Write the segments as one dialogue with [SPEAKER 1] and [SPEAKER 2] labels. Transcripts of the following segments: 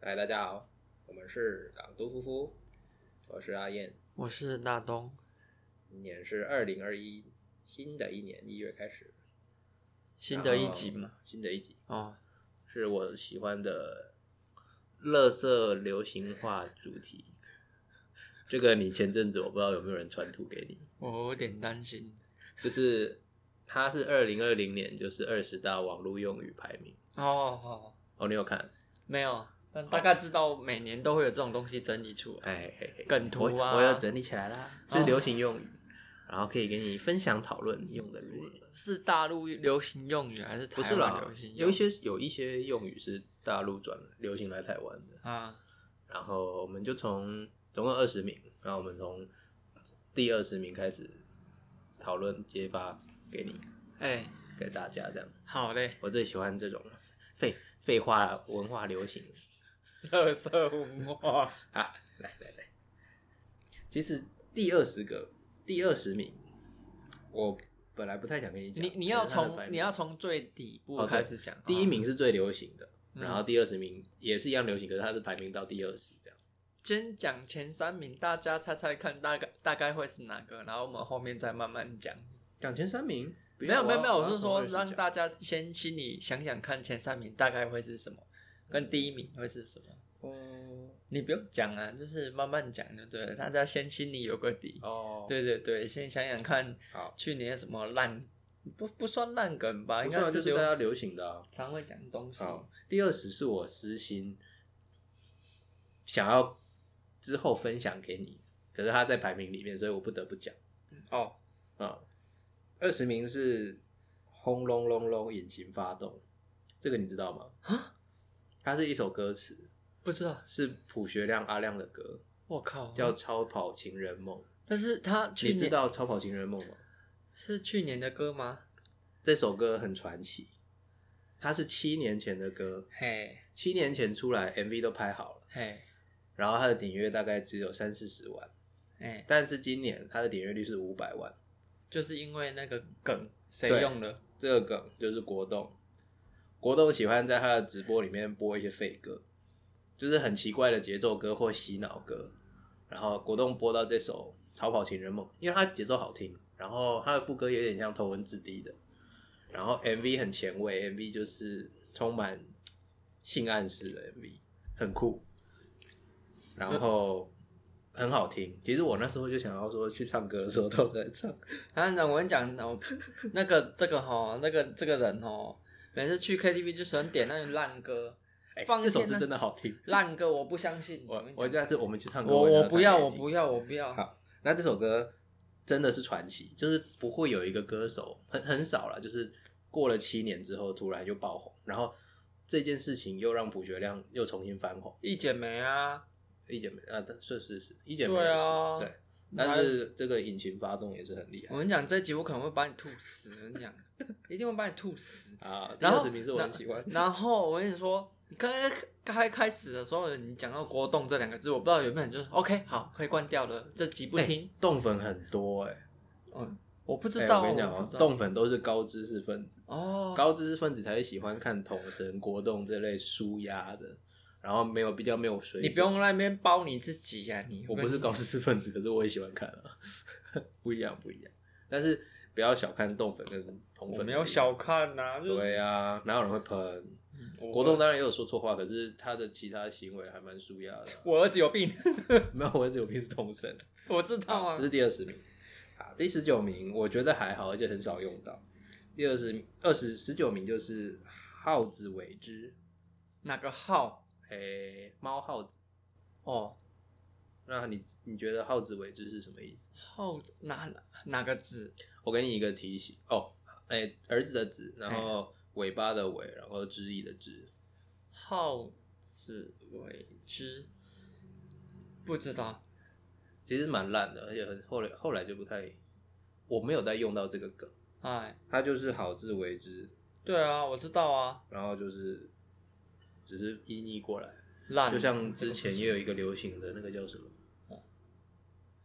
[SPEAKER 1] 大家好，我们是港都夫妇，我是阿燕，
[SPEAKER 2] 我是大东，
[SPEAKER 1] 今年是二零二一新的一年一月开始，
[SPEAKER 2] 新的一集嘛，，
[SPEAKER 1] 新的一集
[SPEAKER 2] 哦，
[SPEAKER 1] 是我喜欢的乐色流行化主题。这个你前阵子我不知道有没有人传图给你，
[SPEAKER 2] 我有点担心
[SPEAKER 1] 就是它是二零二零年就是二十大网络用语排名
[SPEAKER 2] 哦哦，
[SPEAKER 1] 哦，你有看？
[SPEAKER 2] 没有，但大概知道每年都会有这种东西整理出来，
[SPEAKER 1] 哎，嘿嘿
[SPEAKER 2] 梗图啊
[SPEAKER 1] 我我有整理起来啦，这是流行用语，然后可以给你分享讨论用的如何。
[SPEAKER 2] 是大陆流行用语还是
[SPEAKER 1] 不
[SPEAKER 2] 台
[SPEAKER 1] 是
[SPEAKER 2] 湾
[SPEAKER 1] 啦
[SPEAKER 2] 流行，
[SPEAKER 1] 有
[SPEAKER 2] 用语？
[SPEAKER 1] 一些有一些用语是大陆转流行来台湾的，
[SPEAKER 2] 啊，
[SPEAKER 1] 然后我们就从总共二十名，然后我们从第二十名开始讨论揭发给你
[SPEAKER 2] 哎，
[SPEAKER 1] 给大家这样。
[SPEAKER 2] 好嘞，
[SPEAKER 1] 我最喜欢这种废废话文化流行
[SPEAKER 2] 乐色文化，
[SPEAKER 1] 啊！来来来，其实第二十个第二十名，我本来不太想跟你讲，
[SPEAKER 2] 你你要
[SPEAKER 1] 可是它的排
[SPEAKER 2] 从
[SPEAKER 1] 名
[SPEAKER 2] 你要从最底部
[SPEAKER 1] 哦对
[SPEAKER 2] 开始讲，
[SPEAKER 1] 第一
[SPEAKER 2] 哦
[SPEAKER 1] 名是最流行的，
[SPEAKER 2] 嗯
[SPEAKER 1] 然后第二十名也是一样流行，可是它是排名到第二十这样。
[SPEAKER 2] 先讲前三名，大家猜猜看，大概大概会是哪个，然后我们后面再慢慢讲。
[SPEAKER 1] 讲前三名？不
[SPEAKER 2] 没有
[SPEAKER 1] 要
[SPEAKER 2] 没有没有，我是
[SPEAKER 1] 要
[SPEAKER 2] 说
[SPEAKER 1] 从
[SPEAKER 2] 让
[SPEAKER 1] 20
[SPEAKER 2] 大
[SPEAKER 1] 讲
[SPEAKER 2] 家先心里想想看，前三名大概会是什么，跟第一名会是什么。
[SPEAKER 1] 哦
[SPEAKER 2] 你不用讲啊，就是慢慢讲就对了，大家先心里有个底。
[SPEAKER 1] 哦，
[SPEAKER 2] 对对对，先想想看
[SPEAKER 1] 好，
[SPEAKER 2] 去年有什么烂，不不算烂梗吧，应
[SPEAKER 1] 不
[SPEAKER 2] 该
[SPEAKER 1] 算就是
[SPEAKER 2] 流
[SPEAKER 1] 大家流行的啊。
[SPEAKER 2] 常会讲的东西。
[SPEAKER 1] 好，第二十是我私心想要之后分享给你，可是它在排名里面，所以我不得不讲
[SPEAKER 2] 哦，
[SPEAKER 1] 啊。二十名是轰隆隆隆引擎发动，这个你知道吗？
[SPEAKER 2] 啊，
[SPEAKER 1] 它是一首歌词，
[SPEAKER 2] 不知道，
[SPEAKER 1] 是朴学亮阿亮的歌，
[SPEAKER 2] 我靠，啊
[SPEAKER 1] 叫《超跑情人梦》。
[SPEAKER 2] 但是他去
[SPEAKER 1] 你知
[SPEAKER 2] 年
[SPEAKER 1] 道《超跑情人梦》吗？
[SPEAKER 2] 是去年的歌吗？
[SPEAKER 1] 这首歌很传奇，它是七年前的歌，
[SPEAKER 2] 嘿，
[SPEAKER 1] 七年前出来 MV 都拍好了，
[SPEAKER 2] 嘿，
[SPEAKER 1] 然后它的点阅大概只有三四十万，
[SPEAKER 2] 哎，
[SPEAKER 1] 但是今年它的点阅率是五百万。
[SPEAKER 2] 就是因为那个梗谁
[SPEAKER 1] 对
[SPEAKER 2] 用了，
[SPEAKER 1] 这个梗就是国栋，国栋喜欢在他的直播里面播一些废歌，就是很奇怪的节奏歌或洗脑歌。然后国栋播到这首《逃跑情人梦》，因为它节奏好听，然后它的副歌有点像头文字 D 的，然后 MV 很前卫，MV 就是充满性暗示的 MV，很酷，然后很好听。其实我那时候就想要说，去唱歌的时候都在唱，
[SPEAKER 2] 啊，那我跟你讲，我 那个这个哈，那个这个人哦，每次去 KTV 就喜欢点那种烂歌，
[SPEAKER 1] 哎、
[SPEAKER 2] 放
[SPEAKER 1] 这首
[SPEAKER 2] 电
[SPEAKER 1] 是
[SPEAKER 2] 呢
[SPEAKER 1] 真的好听。
[SPEAKER 2] 烂歌我不相信。
[SPEAKER 1] 我
[SPEAKER 2] 跟你讲
[SPEAKER 1] 我下次我们去唱歌，
[SPEAKER 2] 我
[SPEAKER 1] 一定
[SPEAKER 2] 我不要，
[SPEAKER 1] 唱给
[SPEAKER 2] 我
[SPEAKER 1] 你听
[SPEAKER 2] 不。要，我不要。
[SPEAKER 1] 好，那这首歌真的是传奇，就是不会有一个歌手很很少了，就是过了七年之后突然又爆红，然后这件事情又让朴学亮又重新翻红。
[SPEAKER 2] 一剪梅啊，
[SPEAKER 1] 一姐妹啊，但是是是，一姐妹也
[SPEAKER 2] 对
[SPEAKER 1] 是
[SPEAKER 2] 啊
[SPEAKER 1] 对，但是这个引擎发动也是很厉
[SPEAKER 2] 我
[SPEAKER 1] 害
[SPEAKER 2] 跟你讲，这集我可能会把你吐死，我跟你讲，一定会把你吐死。
[SPEAKER 1] 啊。第
[SPEAKER 2] 嗯然
[SPEAKER 1] 二
[SPEAKER 2] 后
[SPEAKER 1] 十名是我很喜欢，
[SPEAKER 2] 然后我跟你说，你刚刚开开始的时候，你讲到“国栋”这两个字，我不知道有没有人就是 OK，好，可以关掉了，这集不听。
[SPEAKER 1] 动粉很多哎、
[SPEAKER 2] 嗯，我不知
[SPEAKER 1] 哎
[SPEAKER 2] 道，
[SPEAKER 1] 我跟你
[SPEAKER 2] 我
[SPEAKER 1] 讲哦
[SPEAKER 2] 不，知道
[SPEAKER 1] 动粉都是高知识分子，
[SPEAKER 2] 哦，
[SPEAKER 1] 高知识分子才会喜欢看统神、国栋这类舒压的，然后没有比较没有水准。
[SPEAKER 2] 你不用那边包你自己呀、你
[SPEAKER 1] 我不是高知识分子，可是我也喜欢看啊， 不一样不一样。但是不要小看动粉跟同
[SPEAKER 2] 我
[SPEAKER 1] 粉，
[SPEAKER 2] 没有小。看呐、就是
[SPEAKER 1] 对啊，哪有人会喷？
[SPEAKER 2] 我
[SPEAKER 1] 国栋当然也有说错话，可是他的其他行为还蛮舒压的啊、
[SPEAKER 2] 我儿子有 病，
[SPEAKER 1] 没有，我儿子有病是同神。
[SPEAKER 2] 我知道
[SPEAKER 1] 好，
[SPEAKER 2] 啊
[SPEAKER 1] 这。是第二十名。啊，第十九名我觉得还好，而且很少用到。第二十二十十九名就是耗子为之，
[SPEAKER 2] 哪个号？
[SPEAKER 1] 诶，猫耗子。
[SPEAKER 2] 哦，
[SPEAKER 1] 那你你觉得耗子为之是什么意思？
[SPEAKER 2] 号哪哪个字？
[SPEAKER 1] 我给你一个提醒哦，哎、儿子的子，然后尾巴的尾，然后知意的知，
[SPEAKER 2] 号子为之，不知道。
[SPEAKER 1] 其实蛮烂的，而且很后来后来就不太，我没有再用到这个梗，
[SPEAKER 2] 哎，
[SPEAKER 1] 它就是好自为之，
[SPEAKER 2] 对啊，我知道啊，
[SPEAKER 1] 然后就是只是音译过来，
[SPEAKER 2] 烂。
[SPEAKER 1] 就像之前也有一个流行的那个叫什么，
[SPEAKER 2] 哦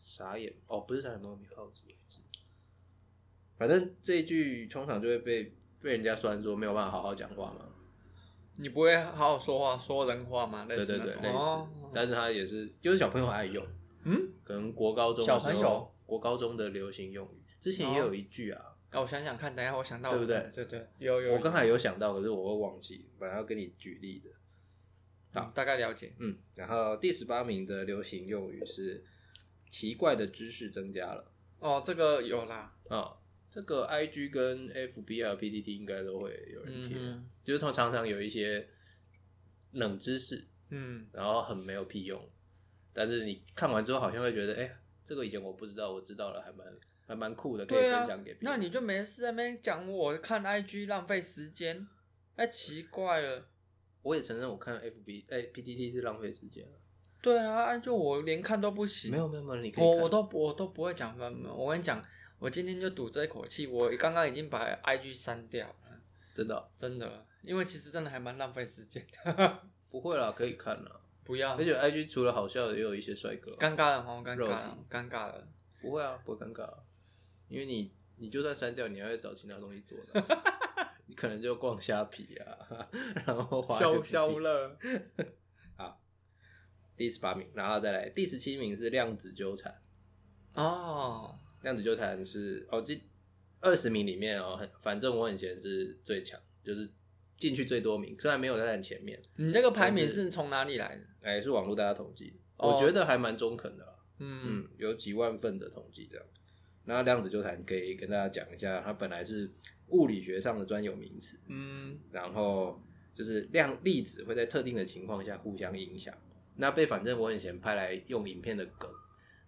[SPEAKER 1] 傻眼哦，不是傻眼猫咪，好自为之，反正这一句通常就会被被人家酸说没有办法好好讲话嘛，
[SPEAKER 2] 你不会好好说话，说人话吗？类
[SPEAKER 1] 对
[SPEAKER 2] 似
[SPEAKER 1] 对
[SPEAKER 2] 那
[SPEAKER 1] 对，
[SPEAKER 2] 种
[SPEAKER 1] 类似
[SPEAKER 2] 哦，
[SPEAKER 1] 但是它也是就是小朋友爱用，
[SPEAKER 2] 嗯，
[SPEAKER 1] 可能国高中
[SPEAKER 2] 小
[SPEAKER 1] 的时
[SPEAKER 2] 朋友
[SPEAKER 1] 候，国高中的流行用语，之前也有一句啊，
[SPEAKER 2] 啊，我想想看，等一下我想到，
[SPEAKER 1] 对不对
[SPEAKER 2] 对对，有有，
[SPEAKER 1] 我刚才有想到，可是我会忘记，本来要跟你举例的。
[SPEAKER 2] 好大概了解，
[SPEAKER 1] 嗯，然后第十八名的流行用语是奇怪的知识增加了
[SPEAKER 2] 哦，这个有啦，
[SPEAKER 1] 啊、这个 I G 跟 F B 啊 P T T 应该都会有人贴，
[SPEAKER 2] 嗯
[SPEAKER 1] 就是通常常有一些冷知识，
[SPEAKER 2] 嗯，
[SPEAKER 1] 然后很没有屁用，但是你看完之后好像会觉得，哎、这个以前我不知道，我知道了，还蛮还蛮酷的，可以
[SPEAKER 2] 对
[SPEAKER 1] 分
[SPEAKER 2] 啊
[SPEAKER 1] 享给，别人。
[SPEAKER 2] 那你就没事在那边讲我看 IG 浪费时间，哎，奇怪了。
[SPEAKER 1] 我也承认，我看 F B 哎 P T T 是浪费时间啊，
[SPEAKER 2] 对啊，就我连看都不行。
[SPEAKER 1] 没有没有没有，你可以
[SPEAKER 2] 我
[SPEAKER 1] 看
[SPEAKER 2] 我都我都不会讲翻本。我跟你讲，我今天就赌这一口气，我刚刚已经把 IG 删掉了，
[SPEAKER 1] 真的啊
[SPEAKER 2] 真的，因为其实真的还蛮浪费时间。
[SPEAKER 1] 不会啦，可以看啦。
[SPEAKER 2] 不要，
[SPEAKER 1] 而且 I G 除了好笑的，也有一些帅哥啊、
[SPEAKER 2] 尴尬了哦，尴尬
[SPEAKER 1] 肉
[SPEAKER 2] 了
[SPEAKER 1] 体，
[SPEAKER 2] 尴尬了。
[SPEAKER 1] 不会啊，不会尴尬、啊，因为你你就算删掉，你还会找其他东西做的啊、 你可能就逛虾皮啊，然后花
[SPEAKER 2] 消消乐，
[SPEAKER 1] 第十八名，然后再来第十七名是量子纠缠，
[SPEAKER 2] 哦，
[SPEAKER 1] 量子纠缠是哦这二十名里面哦，很反正我很闲是最强，就是进去最多名，虽然没有在很前面，
[SPEAKER 2] 你这个排名
[SPEAKER 1] 但是
[SPEAKER 2] 是从哪里来的？
[SPEAKER 1] 哎，是网络大家统计，
[SPEAKER 2] 哦
[SPEAKER 1] 我觉得还蛮中肯的啦。
[SPEAKER 2] 嗯
[SPEAKER 1] 嗯，有几万份的统计这样。那量子纠缠可以跟大家讲一下，它本来是物理学上的专有名词，
[SPEAKER 2] 嗯
[SPEAKER 1] 然后就是量粒子会在特定的情况下互相影响。那被反正我很闲拍来用影片的梗，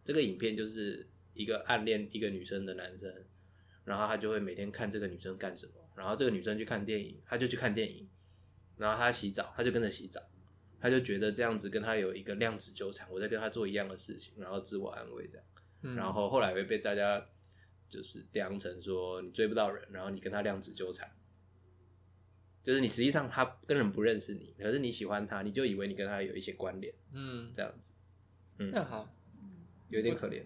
[SPEAKER 1] 这个影片就是一个暗恋一个女生的男生，然后他就会每天看这个女生干什么，然后这个女生去看电影，他就去看电影，然后他洗澡，他就跟着洗澡，他就觉得这样子跟他有一个量子纠缠，我在跟他做一样的事情，然后自我安慰这样。
[SPEAKER 2] 嗯，
[SPEAKER 1] 然后后来会被大家就是当成说你追不到人，然后你跟他量子纠缠，就是你实际上他根本不认识你，可是你喜欢他，你就以为你跟他有一些关联，
[SPEAKER 2] 嗯，
[SPEAKER 1] 这样子，嗯，
[SPEAKER 2] 那好，
[SPEAKER 1] 有点可怜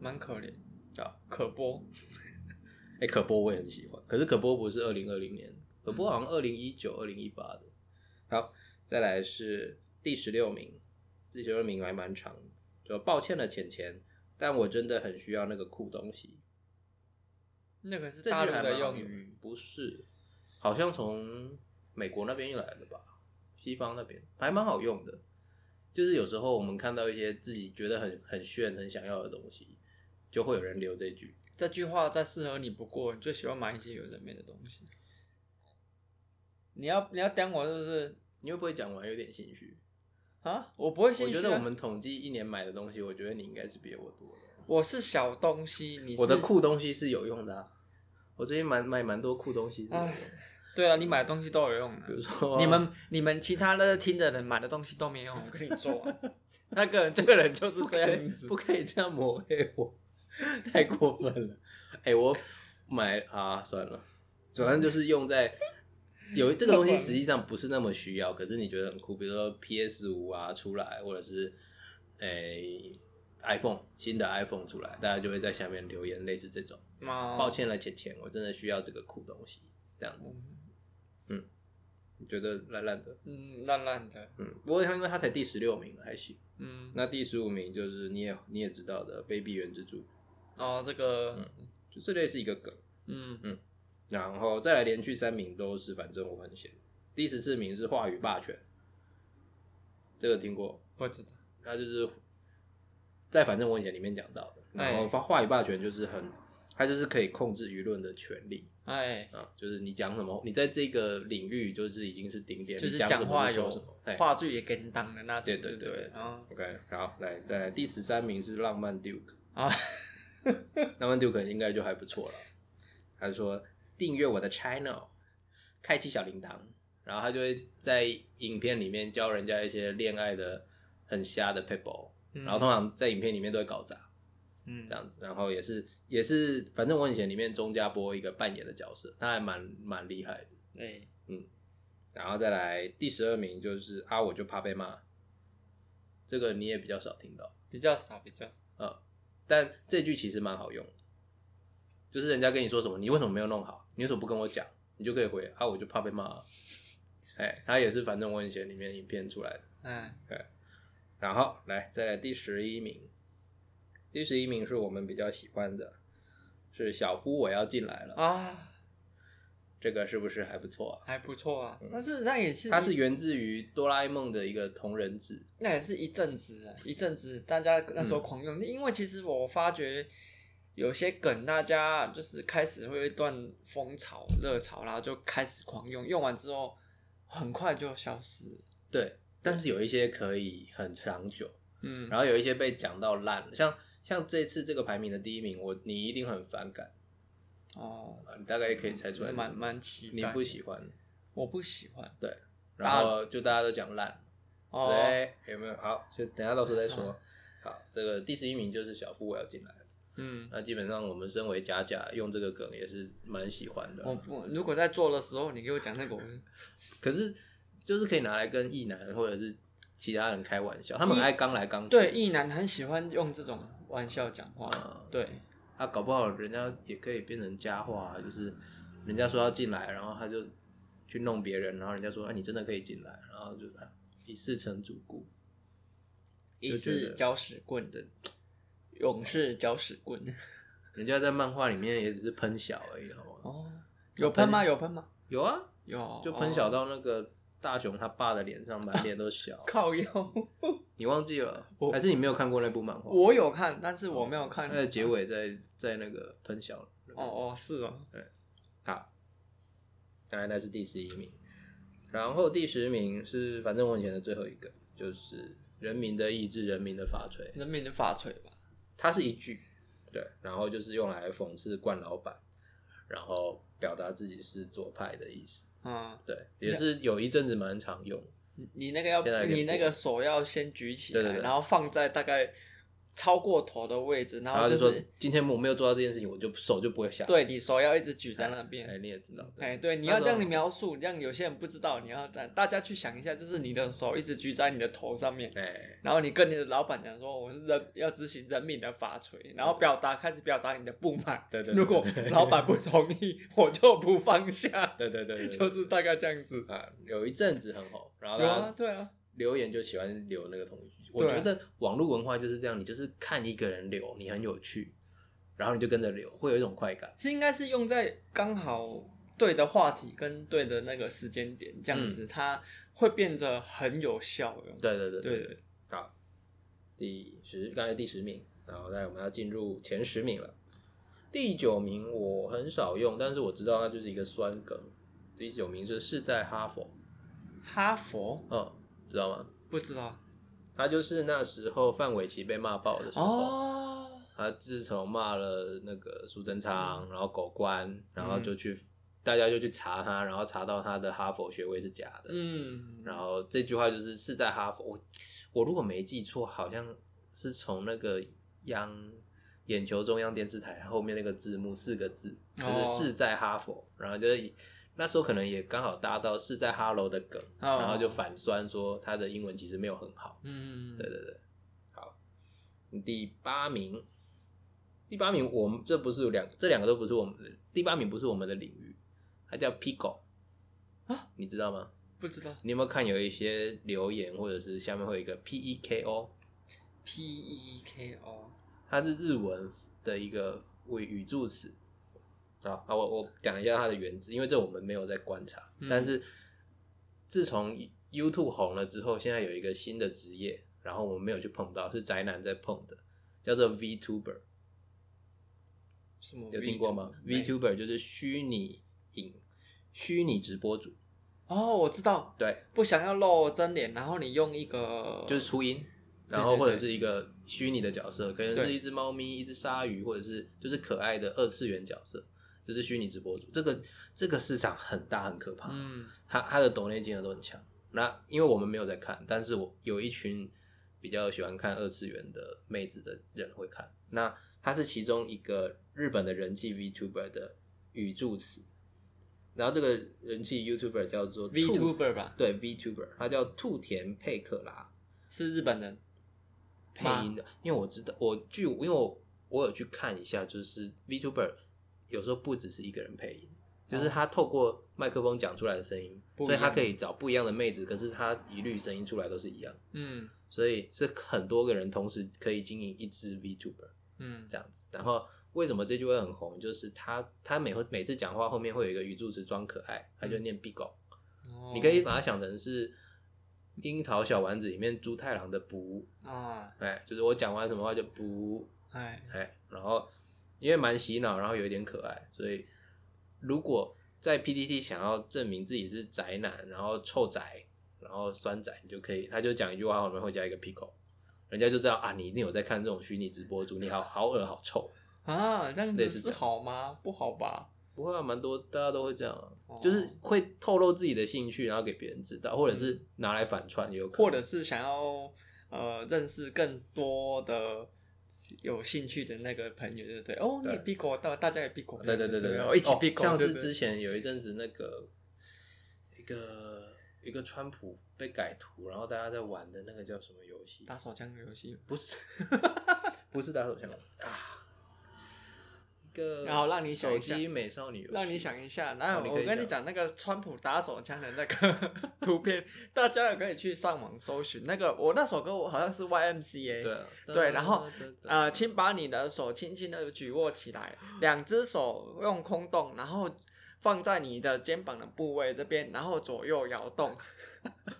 [SPEAKER 2] 蛮可怜，
[SPEAKER 1] 啊。
[SPEAKER 2] 可播。
[SPEAKER 1] 哎、可波我也很喜欢，可是可波不是二零二零年，可
[SPEAKER 2] 嗯
[SPEAKER 1] 波好像二零一九、二零一八的。好，再来是第十六名，第十六名还蛮长的，就抱歉了浅浅，但我真的很需要那个酷东西。
[SPEAKER 2] 那个是
[SPEAKER 1] 这
[SPEAKER 2] 大
[SPEAKER 1] 句
[SPEAKER 2] 陆
[SPEAKER 1] 还
[SPEAKER 2] 的
[SPEAKER 1] 蛮
[SPEAKER 2] 用语，
[SPEAKER 1] 语，不是，好像从美国那边来的吧，西方那边还蛮好用的。就是有时候我们看到一些自己觉得很很炫、很想要的东西，就会有人留这句。
[SPEAKER 2] 这句话再适合你不过，你最喜欢买一些有人面的东西。你要你要点我是不是
[SPEAKER 1] 你会不会讲完有点心虚？
[SPEAKER 2] 啊？我不会
[SPEAKER 1] 我
[SPEAKER 2] 心虚、啊。
[SPEAKER 1] 觉得我们统计一年买的东西，我觉得你应该是比我多的。
[SPEAKER 2] 我是小东西，你是
[SPEAKER 1] 我的酷东西是有用的、啊，我最近蛮买蛮多酷东西是有用的
[SPEAKER 2] 哎对啊，你买的东西都有用、啊
[SPEAKER 1] 比。如说
[SPEAKER 2] 你们你们其他的听的人买的东西都没用，我跟你说 啊、那个人这个人就是
[SPEAKER 1] 不
[SPEAKER 2] 这
[SPEAKER 1] 可
[SPEAKER 2] 样
[SPEAKER 1] 以
[SPEAKER 2] 子
[SPEAKER 1] 不。可以这样抹黑我，太过分了。 哎、我买啊，算了，反正就是用在有这个东西，实际上不是那么需要，可是你觉得很酷，比如说 PS 五啊出来，或者是哎、iPhone 新的 iPhone 出来，大家就会在下面留言类似这种，抱
[SPEAKER 2] 抱，
[SPEAKER 1] 歉了，浅浅，我真的需要这个酷东西，这样子，嗯，你觉得烂烂的，
[SPEAKER 2] 嗯，烂烂的，
[SPEAKER 1] 嗯，不过因为他才第十六名，还行。
[SPEAKER 2] 嗯，
[SPEAKER 1] 那第十五名就是你也你也知道的卑鄙原之助，
[SPEAKER 2] 哦，这个，
[SPEAKER 1] 就是类似一个梗。
[SPEAKER 2] 嗯，
[SPEAKER 1] 然后再来连续三名都是反正我很闲。第十四名是话语霸权，这个听过，
[SPEAKER 2] 不知道，
[SPEAKER 1] 它就是在反正我很闲里面讲到的。
[SPEAKER 2] 哎
[SPEAKER 1] 然后话话语霸权就是很，它就是可以控制舆论的权利
[SPEAKER 2] 哎，
[SPEAKER 1] 啊，就是你讲什么，你在这个领域就是已经是顶点，
[SPEAKER 2] 就
[SPEAKER 1] 你
[SPEAKER 2] 是
[SPEAKER 1] 讲什
[SPEAKER 2] 讲
[SPEAKER 1] 么
[SPEAKER 2] 话
[SPEAKER 1] 就
[SPEAKER 2] 有
[SPEAKER 1] 说什么。哎
[SPEAKER 2] 话剧也跟当的那种，
[SPEAKER 1] 对
[SPEAKER 2] 对
[SPEAKER 1] 对对
[SPEAKER 2] 对
[SPEAKER 1] 对，
[SPEAKER 2] 啊
[SPEAKER 1] OK，好，来再来第十三名是浪漫 Duke。
[SPEAKER 2] 啊，
[SPEAKER 1] 那曼 Duke 应该就还不错了。他说订阅我的 channel，开启小铃铛，然后他就会在影片里面教人家一些恋爱的很瞎的 people，、
[SPEAKER 2] 嗯
[SPEAKER 1] 然后通常在影片里面都会搞砸
[SPEAKER 2] 嗯
[SPEAKER 1] 这，样子，然后也是也是，反正我以前里面钟家波一个扮演的角色，他还蛮蛮厉害的。
[SPEAKER 2] 哎，
[SPEAKER 1] 然后再来第十二名就是啊，我就怕被骂，这个你也比较少听到。
[SPEAKER 2] 比较少，比较少，
[SPEAKER 1] 呃，但这句其实蛮好用的，就是人家跟你说什么，你为什么没有弄好？你为什么不跟我讲？你就可以回啊，我就怕被骂啊、哎，它也是《反正我很闲》里面影片出来的。
[SPEAKER 2] 嗯，
[SPEAKER 1] 然后来再来第十一名，第十一名是我们比较喜欢的，是小夫我要进来了，
[SPEAKER 2] 啊，
[SPEAKER 1] 这个是不是还不错啊？
[SPEAKER 2] 还不错啊。但是那也是，
[SPEAKER 1] 它是源自于哆啦 A 梦的一个同人志，
[SPEAKER 2] 那也是一阵子啊，一阵子大家那时候狂
[SPEAKER 1] 嗯
[SPEAKER 2] 用，因为其实我发觉有些梗大家就是开始会有一段风潮热潮，然后就开始狂用，用完之后很快就消失了。
[SPEAKER 1] 对，但是有一些可以很长久，
[SPEAKER 2] 嗯，
[SPEAKER 1] 然后有一些被讲到烂了，像像这次这个排名的第一名，我你一定很反感，
[SPEAKER 2] 哦，
[SPEAKER 1] 啊你大概也可以猜出来是什么，
[SPEAKER 2] 蛮蛮期
[SPEAKER 1] 你
[SPEAKER 2] 待。
[SPEAKER 1] 不喜欢，
[SPEAKER 2] 我不喜欢
[SPEAKER 1] 然后就大家都讲烂，
[SPEAKER 2] 哦，
[SPEAKER 1] 对，有没有？好，就等一下到时候再说。好，这个第十一名就是小夫我要进来了。
[SPEAKER 2] 嗯，
[SPEAKER 1] 那基本上我们身为假假用这个梗也是蛮喜欢的，
[SPEAKER 2] 我不如果在做的时候你给我讲那个，我
[SPEAKER 1] 可是就是可以拿来跟异男或者是其他人开玩笑，他们很爱刚来刚去，
[SPEAKER 2] 对，异男很喜欢用这种玩笑讲话，
[SPEAKER 1] 啊
[SPEAKER 2] 对，
[SPEAKER 1] 啊，搞不好人家也可以变成佳话、啊，就是人家说要进来，然后他就去弄别人，然后人家说哎、你真的可以进来，然后就啊以示成主顾，
[SPEAKER 2] 一
[SPEAKER 1] 就觉
[SPEAKER 2] 是
[SPEAKER 1] 得
[SPEAKER 2] 搅屎棍的，勇士搅屎棍。
[SPEAKER 1] 人家在漫画里面也只是喷小而已，好吗？
[SPEAKER 2] 哦， 有喷吗？有喷吗？
[SPEAKER 1] 有啊，
[SPEAKER 2] 有，哦
[SPEAKER 1] 就喷小
[SPEAKER 2] 到，
[SPEAKER 1] 到那个大雄他爸的脸上，满脸都是小
[SPEAKER 2] 靠腰。
[SPEAKER 1] 你忘记了
[SPEAKER 2] 哦我？
[SPEAKER 1] 还是你没有看过那部漫画？
[SPEAKER 2] 我有看，但是我没有看
[SPEAKER 1] 它。的哦结尾在在那个喷小了。
[SPEAKER 2] 哦哦，是哦，
[SPEAKER 1] 好，当然那是第十一名，然后第十名是反正我以前的最后一个，就是人民的意志，人民的法锤，
[SPEAKER 2] 人民的法锤吧。
[SPEAKER 1] 它是一句，对，然后就是用来讽刺冠老板，然后表达自己是左派的意思，
[SPEAKER 2] 嗯，
[SPEAKER 1] 对，也是有一阵子蛮常用，
[SPEAKER 2] 你你那个要
[SPEAKER 1] 现在有点
[SPEAKER 2] 你那
[SPEAKER 1] 过
[SPEAKER 2] 个手要先举起
[SPEAKER 1] 对
[SPEAKER 2] 来，
[SPEAKER 1] 对对
[SPEAKER 2] 然后放在大概超过头的位置，然
[SPEAKER 1] 然后就
[SPEAKER 2] 就
[SPEAKER 1] 说
[SPEAKER 2] 是
[SPEAKER 1] 今天我没有做到这件事情，我就手就不会下来，
[SPEAKER 2] 对你手要一直举在那边。
[SPEAKER 1] 哎，你也知道，对
[SPEAKER 2] 哎，对，你要这样
[SPEAKER 1] 那时
[SPEAKER 2] 你
[SPEAKER 1] 候
[SPEAKER 2] 描述，让有些人不知道，你要大大家去想一下，就是你的手一直举在你的头上面，
[SPEAKER 1] 哎，
[SPEAKER 2] 然后你跟你的老板讲说，我是人要执行人民的法锤，然后表达开始表达你的不满。
[SPEAKER 1] 对对对
[SPEAKER 2] 如果老板不同意，我就不放下，
[SPEAKER 1] 对对对 对，对
[SPEAKER 2] 就是大概这样子。
[SPEAKER 1] 啊，有一阵子很红，然后
[SPEAKER 2] 有啊，
[SPEAKER 1] 大家
[SPEAKER 2] 对啊，
[SPEAKER 1] 留言就喜欢留那个同一句。我
[SPEAKER 2] 对啊
[SPEAKER 1] 觉得网络文化就是这样，你就是看一个人留，你很有趣，然后你就跟着留，会有一种快感。
[SPEAKER 2] 是应该是用在刚好对的话题跟对的那个时间点，这样
[SPEAKER 1] 嗯
[SPEAKER 2] 子它会变得很有效用。
[SPEAKER 1] 对对对
[SPEAKER 2] 对对
[SPEAKER 1] 对，好，第十，刚才第十名，然后再我们要进入前十名了。第九名我很少用，但是我知道它就是一个酸梗。第九名是是在哈佛，
[SPEAKER 2] 哈佛
[SPEAKER 1] 嗯，知道吗？
[SPEAKER 2] 不知道
[SPEAKER 1] 他就是那时候范玮琪被骂爆的时候，
[SPEAKER 2] 哦，
[SPEAKER 1] 他自从骂了那个苏贞
[SPEAKER 2] 嗯
[SPEAKER 1] 昌，然后狗官，然后就去、大家就去查他，然后查到他的哈佛学位是假的。
[SPEAKER 2] 嗯，
[SPEAKER 1] 然后这句话就是是在哈佛，我我如果没记错，好像是从那个央眼球中央电视台后面那个字幕四个字，就
[SPEAKER 2] 哦
[SPEAKER 1] 是是在哈佛，然后就是那时候可能也刚好搭到是在哈喽的梗，
[SPEAKER 2] 哦
[SPEAKER 1] 然后就反酸说他的英文其实没有很好。
[SPEAKER 2] 嗯，
[SPEAKER 1] 对对对，好，第八名，第八名，我们这不是有两，这两个都不是我们的，第八名不是我们的领域，它叫 Pico
[SPEAKER 2] 啊，
[SPEAKER 1] 你知道吗？
[SPEAKER 2] 不知道
[SPEAKER 1] 你有没有看有一些留言或者是下面会有一个 P E K O，
[SPEAKER 2] P E K O
[SPEAKER 1] 它是日文的一个语语助词。好，啊，我我讲一下它的原字，因为这我们没有在观察，
[SPEAKER 2] 嗯
[SPEAKER 1] 但是自从 YouTube 红了之后，现在有一个新的职业，然后我们没有去碰到，是宅男在碰的，叫做 VTuber，
[SPEAKER 2] 什么
[SPEAKER 1] 有听过吗
[SPEAKER 2] V two
[SPEAKER 1] ？VTuber 就是虚拟影、虚拟直播主，
[SPEAKER 2] 哦，我知道，
[SPEAKER 1] 对，
[SPEAKER 2] 不想要露真脸，然后你用一个
[SPEAKER 1] 就是初音，然
[SPEAKER 2] 对
[SPEAKER 1] 后
[SPEAKER 2] 对
[SPEAKER 1] 或者是一个虚拟的角色，可能
[SPEAKER 2] 对
[SPEAKER 1] 是一只猫咪、一只鲨鱼，或者是就是可爱的二次元角色，就是虚拟直播主。这个这个市场很大，很可怕。
[SPEAKER 2] 嗯
[SPEAKER 1] 它它的抖内金额都很强。那因为我们没有在看，但是我有一群比较喜欢看二次元的妹子的人会看。那它是其中一个日本的人气 VTuber 的语助词，然后这个人气 YouTuber 叫做
[SPEAKER 2] V
[SPEAKER 1] 兔
[SPEAKER 2] Tuber 吧，
[SPEAKER 1] 对 VTuber，它叫兔田佩克拉。
[SPEAKER 2] 是日本人
[SPEAKER 1] 配音的，因为我知道，我据因为我我有去看一下，就是 VTuber 有时候不只是一个人配音，就是他透过麦克风讲出来的声音，
[SPEAKER 2] 哦不一
[SPEAKER 1] 所以
[SPEAKER 2] 样啊
[SPEAKER 1] 他可以找不一样的妹子，可是他一律声音出来都是一样，
[SPEAKER 2] 嗯
[SPEAKER 1] 所以是很多个人同时可以经营一支 VTuber
[SPEAKER 2] 嗯
[SPEAKER 1] 这样子。然后为什么这句会很红？就是他他每回每次讲话后面会有一个语助词装可爱，他就念 Bigo，、
[SPEAKER 2] 嗯哦
[SPEAKER 1] 你可以把它想成是樱桃小丸子里面猪太郎的不，
[SPEAKER 2] 啊，
[SPEAKER 1] 哎，就是我讲完什么话就不，
[SPEAKER 2] 哎，
[SPEAKER 1] 哎，然后因为蛮洗脑，然后有一点可爱，所以如果在 PTT 想要证明自己是宅男，然后臭宅，然后酸宅，你就可以，他就讲一句话后面会加一个 pico，人家就知道啊，你一定有在看这种虚拟直播主，你好好恶好臭，
[SPEAKER 2] 啊，这样
[SPEAKER 1] 类
[SPEAKER 2] 子
[SPEAKER 1] 似这
[SPEAKER 2] 是
[SPEAKER 1] 样
[SPEAKER 2] 好吗？不好吧？
[SPEAKER 1] 不会啊，蛮多大家都会这样啊、
[SPEAKER 2] 哦
[SPEAKER 1] 就是会透露自己的兴趣，然后给别人知道，或者是拿来反串也有可能，
[SPEAKER 2] 或者是想要呃认识更多的有兴趣的那个朋友，对不对？哦，你也 B 狗，大大家也 B 狗，
[SPEAKER 1] 对对对对
[SPEAKER 2] 哦一起
[SPEAKER 1] 哦
[SPEAKER 2] B 狗，
[SPEAKER 1] 像
[SPEAKER 2] 对
[SPEAKER 1] 是
[SPEAKER 2] 对
[SPEAKER 1] 之前有一阵子那个一个一个川普被改图，然后大家在玩的那个叫什么游戏？
[SPEAKER 2] 打手枪的游戏，
[SPEAKER 1] 不是，不是打手枪啊，一个
[SPEAKER 2] 然后让你想
[SPEAKER 1] 手
[SPEAKER 2] 一下
[SPEAKER 1] 机美少女游戏，
[SPEAKER 2] 让你想一下。然后
[SPEAKER 1] 哦你可
[SPEAKER 2] 我
[SPEAKER 1] 以
[SPEAKER 2] 跟你
[SPEAKER 1] 讲
[SPEAKER 2] 讲那个川普打手枪的那个 图片，大家也可以去上网搜寻。那个我那首歌我好像是 YMCA，
[SPEAKER 1] 对啊
[SPEAKER 2] 对然后呃，
[SPEAKER 1] 其
[SPEAKER 2] 请把你的手轻轻的举握起来，两只手用空洞，然后放在你的肩膀的部位这边，然后左右摇动，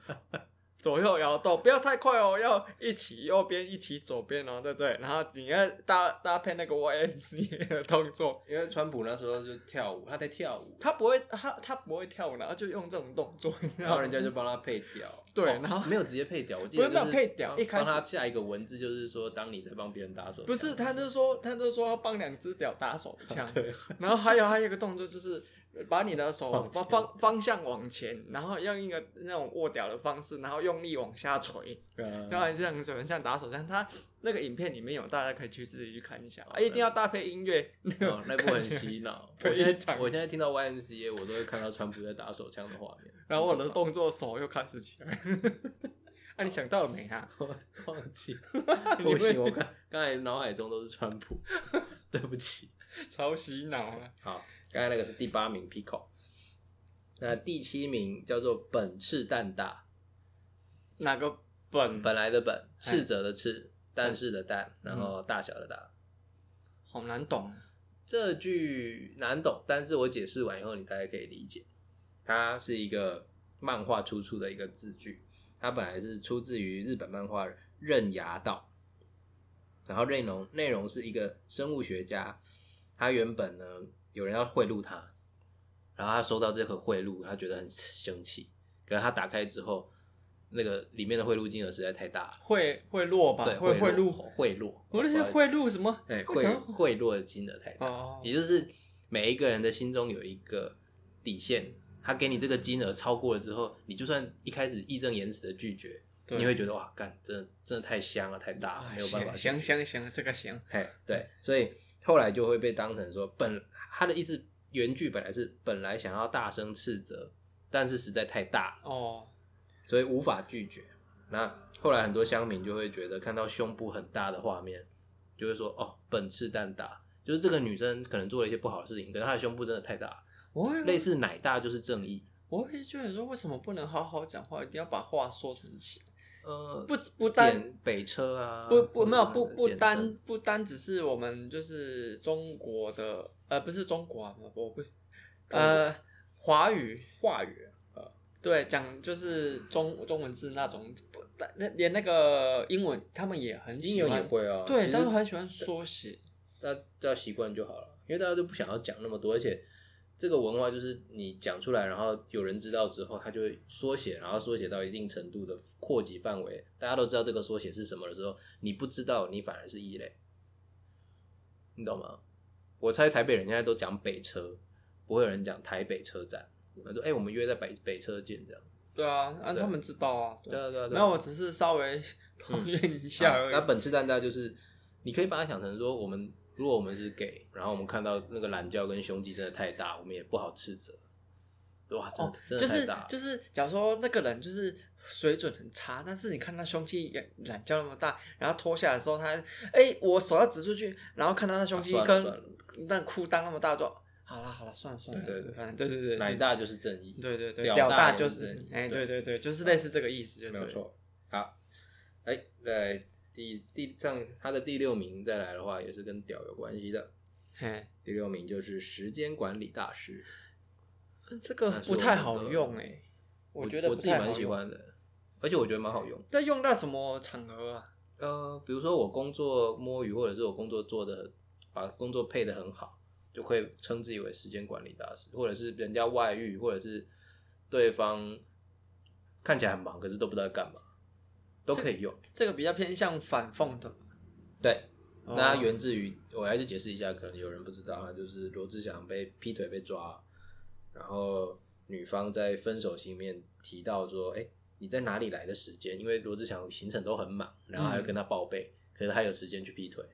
[SPEAKER 2] 左右摇动，不要太快哦，要一起右边，一起左边哦，对不对？然后你要搭搭配那个 YMC 的动作，
[SPEAKER 1] 因为川普那时候就跳舞，他在跳舞，
[SPEAKER 2] 他不会，他他不会跳舞，然后就用这种动作，
[SPEAKER 1] 然哦后人家就帮他配屌，
[SPEAKER 2] 对
[SPEAKER 1] 哦
[SPEAKER 2] 然后
[SPEAKER 1] 没有直接配屌，我记
[SPEAKER 2] 不
[SPEAKER 1] 得
[SPEAKER 2] 是没有
[SPEAKER 1] 就是
[SPEAKER 2] 配屌
[SPEAKER 1] 帮
[SPEAKER 2] 一开始
[SPEAKER 1] 帮他下一个文字就是说，当你在帮别人打手枪，，
[SPEAKER 2] 不是，他就说，他就说要帮两只屌打手枪
[SPEAKER 1] 对，
[SPEAKER 2] 然后还有还有一个动作就是把你的手
[SPEAKER 1] 往前
[SPEAKER 2] 方方方向往前，然后用一个那种握屌的方式，然后用力往下垂，
[SPEAKER 1] 嗯
[SPEAKER 2] 然后这样子很像打手枪。它那个影片里面有，大家可以去自己去看一下，
[SPEAKER 1] 好
[SPEAKER 2] 啊一定要搭配音乐。那个
[SPEAKER 1] 哦，那部很洗脑。我
[SPEAKER 2] 非
[SPEAKER 1] 现在
[SPEAKER 2] 常
[SPEAKER 1] 我现在听到 YMCA，我都会看到川普在打手枪的画面。
[SPEAKER 2] 然后我的动作手又开始起来。 啊，你想到了没啊？
[SPEAKER 1] 我 忘记，
[SPEAKER 2] 你
[SPEAKER 1] 不
[SPEAKER 2] 会
[SPEAKER 1] 行，我刚刚才脑海中都是川 普，对不起。
[SPEAKER 2] 超洗脑了。
[SPEAKER 1] 好，刚才那个是第八名 Pico，那第七名叫做本赤蛋大，
[SPEAKER 2] 哪个本
[SPEAKER 1] 本来的本，
[SPEAKER 2] 嗯哎嗯
[SPEAKER 1] 逝者的逝，但是的蛋，然后大小的大。
[SPEAKER 2] 好难懂？
[SPEAKER 1] 这句难懂，但是我解释完以后，你大概可以理解。它是一个漫画出处的一个字句，它本来是出自于日本漫画《刃牙道》，然后内容内容是一个生物学家，他原本呢有人要贿赂他，然后他收到这个贿赂，他觉得很生气，可是他打开之后，那个里面的贿赂金额实在太大了，
[SPEAKER 2] 会会落吧？
[SPEAKER 1] 对，
[SPEAKER 2] 会
[SPEAKER 1] 贿
[SPEAKER 2] 录。
[SPEAKER 1] 贿赂，
[SPEAKER 2] 我那些
[SPEAKER 1] 不好意
[SPEAKER 2] 会
[SPEAKER 1] 思
[SPEAKER 2] 录什么？
[SPEAKER 1] 哎
[SPEAKER 2] 为什
[SPEAKER 1] 贿
[SPEAKER 2] 么
[SPEAKER 1] 贿赂的金额太大。
[SPEAKER 2] 哦，
[SPEAKER 1] 也就是每一个人的心中有一个底线，他给你这个金额超过了之后，你就算一开始义正言辞的拒绝，
[SPEAKER 2] 对
[SPEAKER 1] 你会觉得哇，干，真的真的太香了，太大了，
[SPEAKER 2] 哎
[SPEAKER 1] 没有办法。
[SPEAKER 2] 行行行，行这个行。
[SPEAKER 1] 嘿，对，所以后来就会被当成说本他的意思，原句本来是本来想要大声斥责，但是实在太大了，
[SPEAKER 2] 哦，
[SPEAKER 1] 所以无法拒绝。那后来很多乡民就会觉得看到胸部很大的画面，就会说哦，本赤蛋大。就是这个女生可能做了一些不好的事情，可是她的胸部真的太大了，
[SPEAKER 2] 我会
[SPEAKER 1] 类，似奶大就是正义。
[SPEAKER 2] 我会觉得说，为什么不能好好讲话，一定要把话说成起来？
[SPEAKER 1] 呃，
[SPEAKER 2] 嗯不不单
[SPEAKER 1] 简北车啊，
[SPEAKER 2] 不不没有
[SPEAKER 1] 嗯
[SPEAKER 2] 不不
[SPEAKER 1] 简称
[SPEAKER 2] 单不单只是我们就是中国的呃不是中国啊，我不呃华语
[SPEAKER 1] 话语呃
[SPEAKER 2] 对讲就是中中文字那种，不但那连那个英文他们也很
[SPEAKER 1] 英
[SPEAKER 2] 喜
[SPEAKER 1] 文
[SPEAKER 2] 欢
[SPEAKER 1] 也，会啊，
[SPEAKER 2] 对，他
[SPEAKER 1] 但
[SPEAKER 2] 们很喜欢缩写，
[SPEAKER 1] 大家只要习惯就好了，因为大家都不想要讲那么多，而且这个文化就是你讲出来，然后有人知道之后，他就会缩写，然后缩写到一定程度的扩及范围，大家都知道这个缩写是什么的时候，你不知道，你反而是异类，你懂吗？我猜台北人现在都讲北车，不会有人讲台北车站，我说哎、我们约在北北车见这样。
[SPEAKER 2] 对啊，啊
[SPEAKER 1] 对
[SPEAKER 2] 他们知道啊，
[SPEAKER 1] 对啊对啊对啊。
[SPEAKER 2] 那我只是稍微抱怨一下
[SPEAKER 1] 好
[SPEAKER 2] 而已。
[SPEAKER 1] 啊那本次蛋大就是，你可以把它想成说，我们如果我们是 gay，然后我们看到那个懒觉跟胸肌真的太大，我们也不好斥责。哇，真的、
[SPEAKER 2] 哦
[SPEAKER 1] 真的
[SPEAKER 2] 就
[SPEAKER 1] 太
[SPEAKER 2] 是
[SPEAKER 1] 大了。
[SPEAKER 2] 就是，假如说那个人就是水准很差，但是你看他胸肌也懒觉那么大，然后脱下来的时候他，哎、我手要指出去，然后看到他胸肌
[SPEAKER 1] 啊算了
[SPEAKER 2] 跟
[SPEAKER 1] 算了
[SPEAKER 2] 那裤裆那么大，就啊好啦好啦，算了算了，
[SPEAKER 1] 对对对
[SPEAKER 2] 反正对对对，
[SPEAKER 1] 奶大就是正义，
[SPEAKER 2] 对对对，
[SPEAKER 1] 屌
[SPEAKER 2] 屌
[SPEAKER 1] 大
[SPEAKER 2] 大
[SPEAKER 1] 也
[SPEAKER 2] 就是是
[SPEAKER 1] 正义
[SPEAKER 2] 哎，
[SPEAKER 1] 对嗯
[SPEAKER 2] 对对对，就是类似这个意思，就
[SPEAKER 1] 没
[SPEAKER 2] 对
[SPEAKER 1] 有
[SPEAKER 2] 了。
[SPEAKER 1] 错。好，哎、来第第上他的第六名再来的话，也是跟屌有关系的。
[SPEAKER 2] 嘿，
[SPEAKER 1] 第六名就是时间管理大师，
[SPEAKER 2] 这个
[SPEAKER 1] 那是
[SPEAKER 2] 不
[SPEAKER 1] 我
[SPEAKER 2] 太
[SPEAKER 1] 们
[SPEAKER 2] 好
[SPEAKER 1] 的
[SPEAKER 2] 用哎，
[SPEAKER 1] 我
[SPEAKER 2] 觉得
[SPEAKER 1] 我
[SPEAKER 2] 不
[SPEAKER 1] 自己
[SPEAKER 2] 太好
[SPEAKER 1] 蛮
[SPEAKER 2] 用
[SPEAKER 1] 喜。欢的，而且我觉得蛮好用。
[SPEAKER 2] 那用到什么场合啊？
[SPEAKER 1] 呃，比如说我工作摸鱼，或者是我工作做的把工作配的很好，就会称自己为时间管理大师，或者是人家外遇，或者是对方看起来很忙，可是都不知道在干嘛，都可以用。
[SPEAKER 2] 这个比较偏向反讽的。
[SPEAKER 1] 对，
[SPEAKER 2] 哦
[SPEAKER 1] 那它源自于，我还是解释一下，可能有人不知道啊，就是罗志祥被劈腿被抓，然后女方在分手信里面提到说，哎、你在哪里来的时间？因为罗志祥行程都很满，然后还要跟他报备，
[SPEAKER 2] 嗯
[SPEAKER 1] 可是他有时间去劈腿，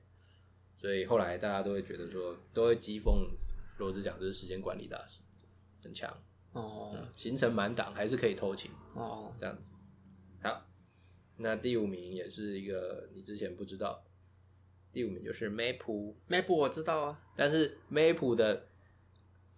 [SPEAKER 1] 所以后来大家都会觉得说，都会讥讽罗志祥就是时间管理大师，很强，嗯
[SPEAKER 2] 哦
[SPEAKER 1] 行程满档还是可以偷情
[SPEAKER 2] 哦，
[SPEAKER 1] 这样子。好，那第五名也是一个你之前不知道的。第五名就是 Map，
[SPEAKER 2] 那部我知道啊，
[SPEAKER 1] 但是 Map 的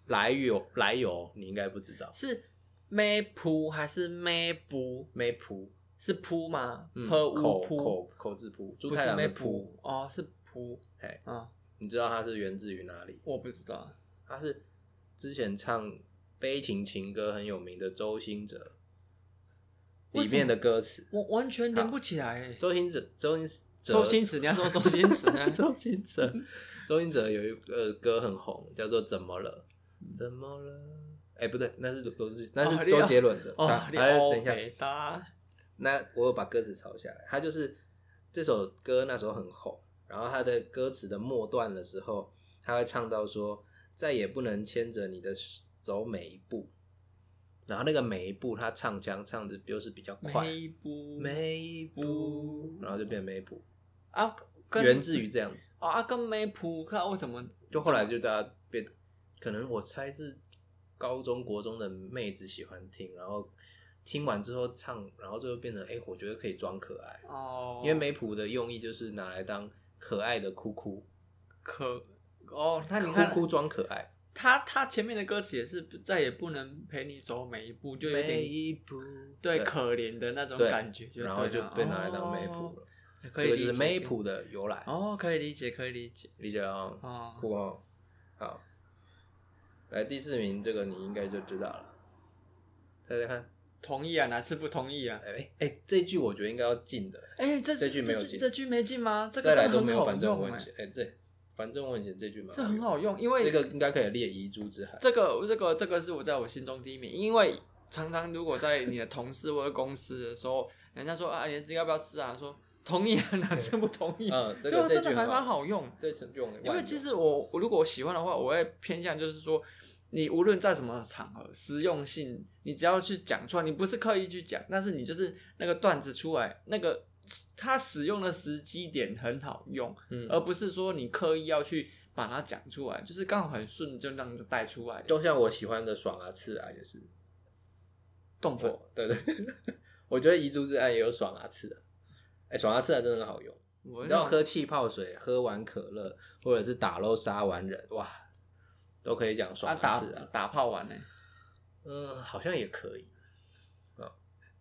[SPEAKER 1] 来由来由你应该不知道。
[SPEAKER 2] 是咩铺还是咩布？
[SPEAKER 1] Map，
[SPEAKER 2] 是铺吗？
[SPEAKER 1] 嗯，
[SPEAKER 2] 喝
[SPEAKER 1] 口
[SPEAKER 2] 乌铺
[SPEAKER 1] 口口字铺，
[SPEAKER 2] 不
[SPEAKER 1] 猪太
[SPEAKER 2] 是
[SPEAKER 1] 郎
[SPEAKER 2] 咩
[SPEAKER 1] 的铺
[SPEAKER 2] 铺。哦，是铺。
[SPEAKER 1] 哎，
[SPEAKER 2] 啊，
[SPEAKER 1] 你知道它是源自于哪里？
[SPEAKER 2] 我不知道。
[SPEAKER 1] 它是之前唱悲情情歌很有名的周兴哲
[SPEAKER 2] 为
[SPEAKER 1] 里
[SPEAKER 2] 什么
[SPEAKER 1] 面的歌词。
[SPEAKER 2] 我完全连不起来欸。
[SPEAKER 1] 周兴哲，周兴哲，？
[SPEAKER 2] 周星驰，你要说周星驰 啊
[SPEAKER 1] 周星哲， 周星哲有一个歌很红，叫做《怎么了》，怎么了？哎、不对，那是罗志，那是周杰伦的。
[SPEAKER 2] 哦
[SPEAKER 1] 啊，
[SPEAKER 2] 你
[SPEAKER 1] 哎
[SPEAKER 2] 欧
[SPEAKER 1] 等一下，
[SPEAKER 2] 北大
[SPEAKER 1] 那我有把歌词抄下来，它就是这首歌那时候很红，然后它的歌词的末段的时候，他会唱到说再也不能牵着你的手走每一步，然后那个每一步他唱腔唱的就是比较快，
[SPEAKER 2] 每部
[SPEAKER 1] 每一步，然后就变每一步，
[SPEAKER 2] 啊，跟
[SPEAKER 1] 源自于这样子。
[SPEAKER 2] 哦啊，跟梅普，看为什么
[SPEAKER 1] 就后来就大家变，可能我猜是高中国中的妹子喜欢听，然后听完之后唱，然后最后变成哎、诶我觉得可以装可爱，
[SPEAKER 2] 哦，
[SPEAKER 1] 因为梅普的用意就是拿来当可爱的哭哭，
[SPEAKER 2] 可哦，他你看
[SPEAKER 1] 哭哭装可爱，
[SPEAKER 2] 他他前面的歌词也是再也不能陪你走每一步，就有
[SPEAKER 1] 每
[SPEAKER 2] 点
[SPEAKER 1] 一步
[SPEAKER 2] 对可怜的那种
[SPEAKER 1] 对
[SPEAKER 2] 感觉，
[SPEAKER 1] 然后
[SPEAKER 2] 就对
[SPEAKER 1] 就
[SPEAKER 2] 了
[SPEAKER 1] 被拿来当梅普，了
[SPEAKER 2] 哦，可
[SPEAKER 1] 这
[SPEAKER 2] 以
[SPEAKER 1] 个
[SPEAKER 2] 理
[SPEAKER 1] 就
[SPEAKER 2] 解
[SPEAKER 1] 是梅普的由来，
[SPEAKER 2] 哦，可以理解，可以理解
[SPEAKER 1] 理解了吗？
[SPEAKER 2] 哦，
[SPEAKER 1] 酷哦，好，来第四名这个你应该就知道了，猜猜看，
[SPEAKER 2] 同意啊，哪次不同意啊？
[SPEAKER 1] 哎哎哎，这句我觉得应该要进的。
[SPEAKER 2] 哎，这
[SPEAKER 1] 这句没有进
[SPEAKER 2] 这句没进吗？这
[SPEAKER 1] 再
[SPEAKER 2] 个
[SPEAKER 1] 来
[SPEAKER 2] 真
[SPEAKER 1] 都
[SPEAKER 2] 的
[SPEAKER 1] 没
[SPEAKER 2] 很
[SPEAKER 1] 有
[SPEAKER 2] 好
[SPEAKER 1] 反正
[SPEAKER 2] 用
[SPEAKER 1] 问
[SPEAKER 2] 哎
[SPEAKER 1] 题，，哎、对，反正问题这句蛮
[SPEAKER 2] 这很好用，因为
[SPEAKER 1] 这个应该可以列遗珠之海。
[SPEAKER 2] 这个这个这个是我在我心中第一名，因为常常如果在你的同事或者公司的时候，人家说啊，你这个要不要吃啊？说同意啊，哪次不同意？
[SPEAKER 1] 嗯，这
[SPEAKER 2] 对
[SPEAKER 1] 个
[SPEAKER 2] 啊，
[SPEAKER 1] 这
[SPEAKER 2] 真
[SPEAKER 1] 句
[SPEAKER 2] 的还蛮
[SPEAKER 1] 好，
[SPEAKER 2] 好用。
[SPEAKER 1] 这是用的
[SPEAKER 2] 因
[SPEAKER 1] 万
[SPEAKER 2] 为
[SPEAKER 1] 用
[SPEAKER 2] 其实我我如果我喜欢的话，我会偏向就是说，你无论在什么场合，实用性你只要去讲出来，你不是刻意去讲，但是你就是那个段子出来，那个它使用的时机点很好用，
[SPEAKER 1] 嗯，
[SPEAKER 2] 而不是说你刻意要去把它讲出来，就是刚好很顺就让它带出来的。
[SPEAKER 1] 就像我喜欢的爽啊刺啊也是，
[SPEAKER 2] 嗯动粉
[SPEAKER 1] 我对对，我觉得遗珠之爱也有爽啊刺啊，哎、爽啊刺啊真的很好用。
[SPEAKER 2] 我
[SPEAKER 1] 你知道
[SPEAKER 2] 那
[SPEAKER 1] 喝气泡水、喝完可乐，或者是打漏杀完人，哇，都可以讲
[SPEAKER 2] 啊
[SPEAKER 1] 爽
[SPEAKER 2] 打
[SPEAKER 1] 刺啊。
[SPEAKER 2] 打炮完呢、
[SPEAKER 1] 嗯，好像也可以。嗯，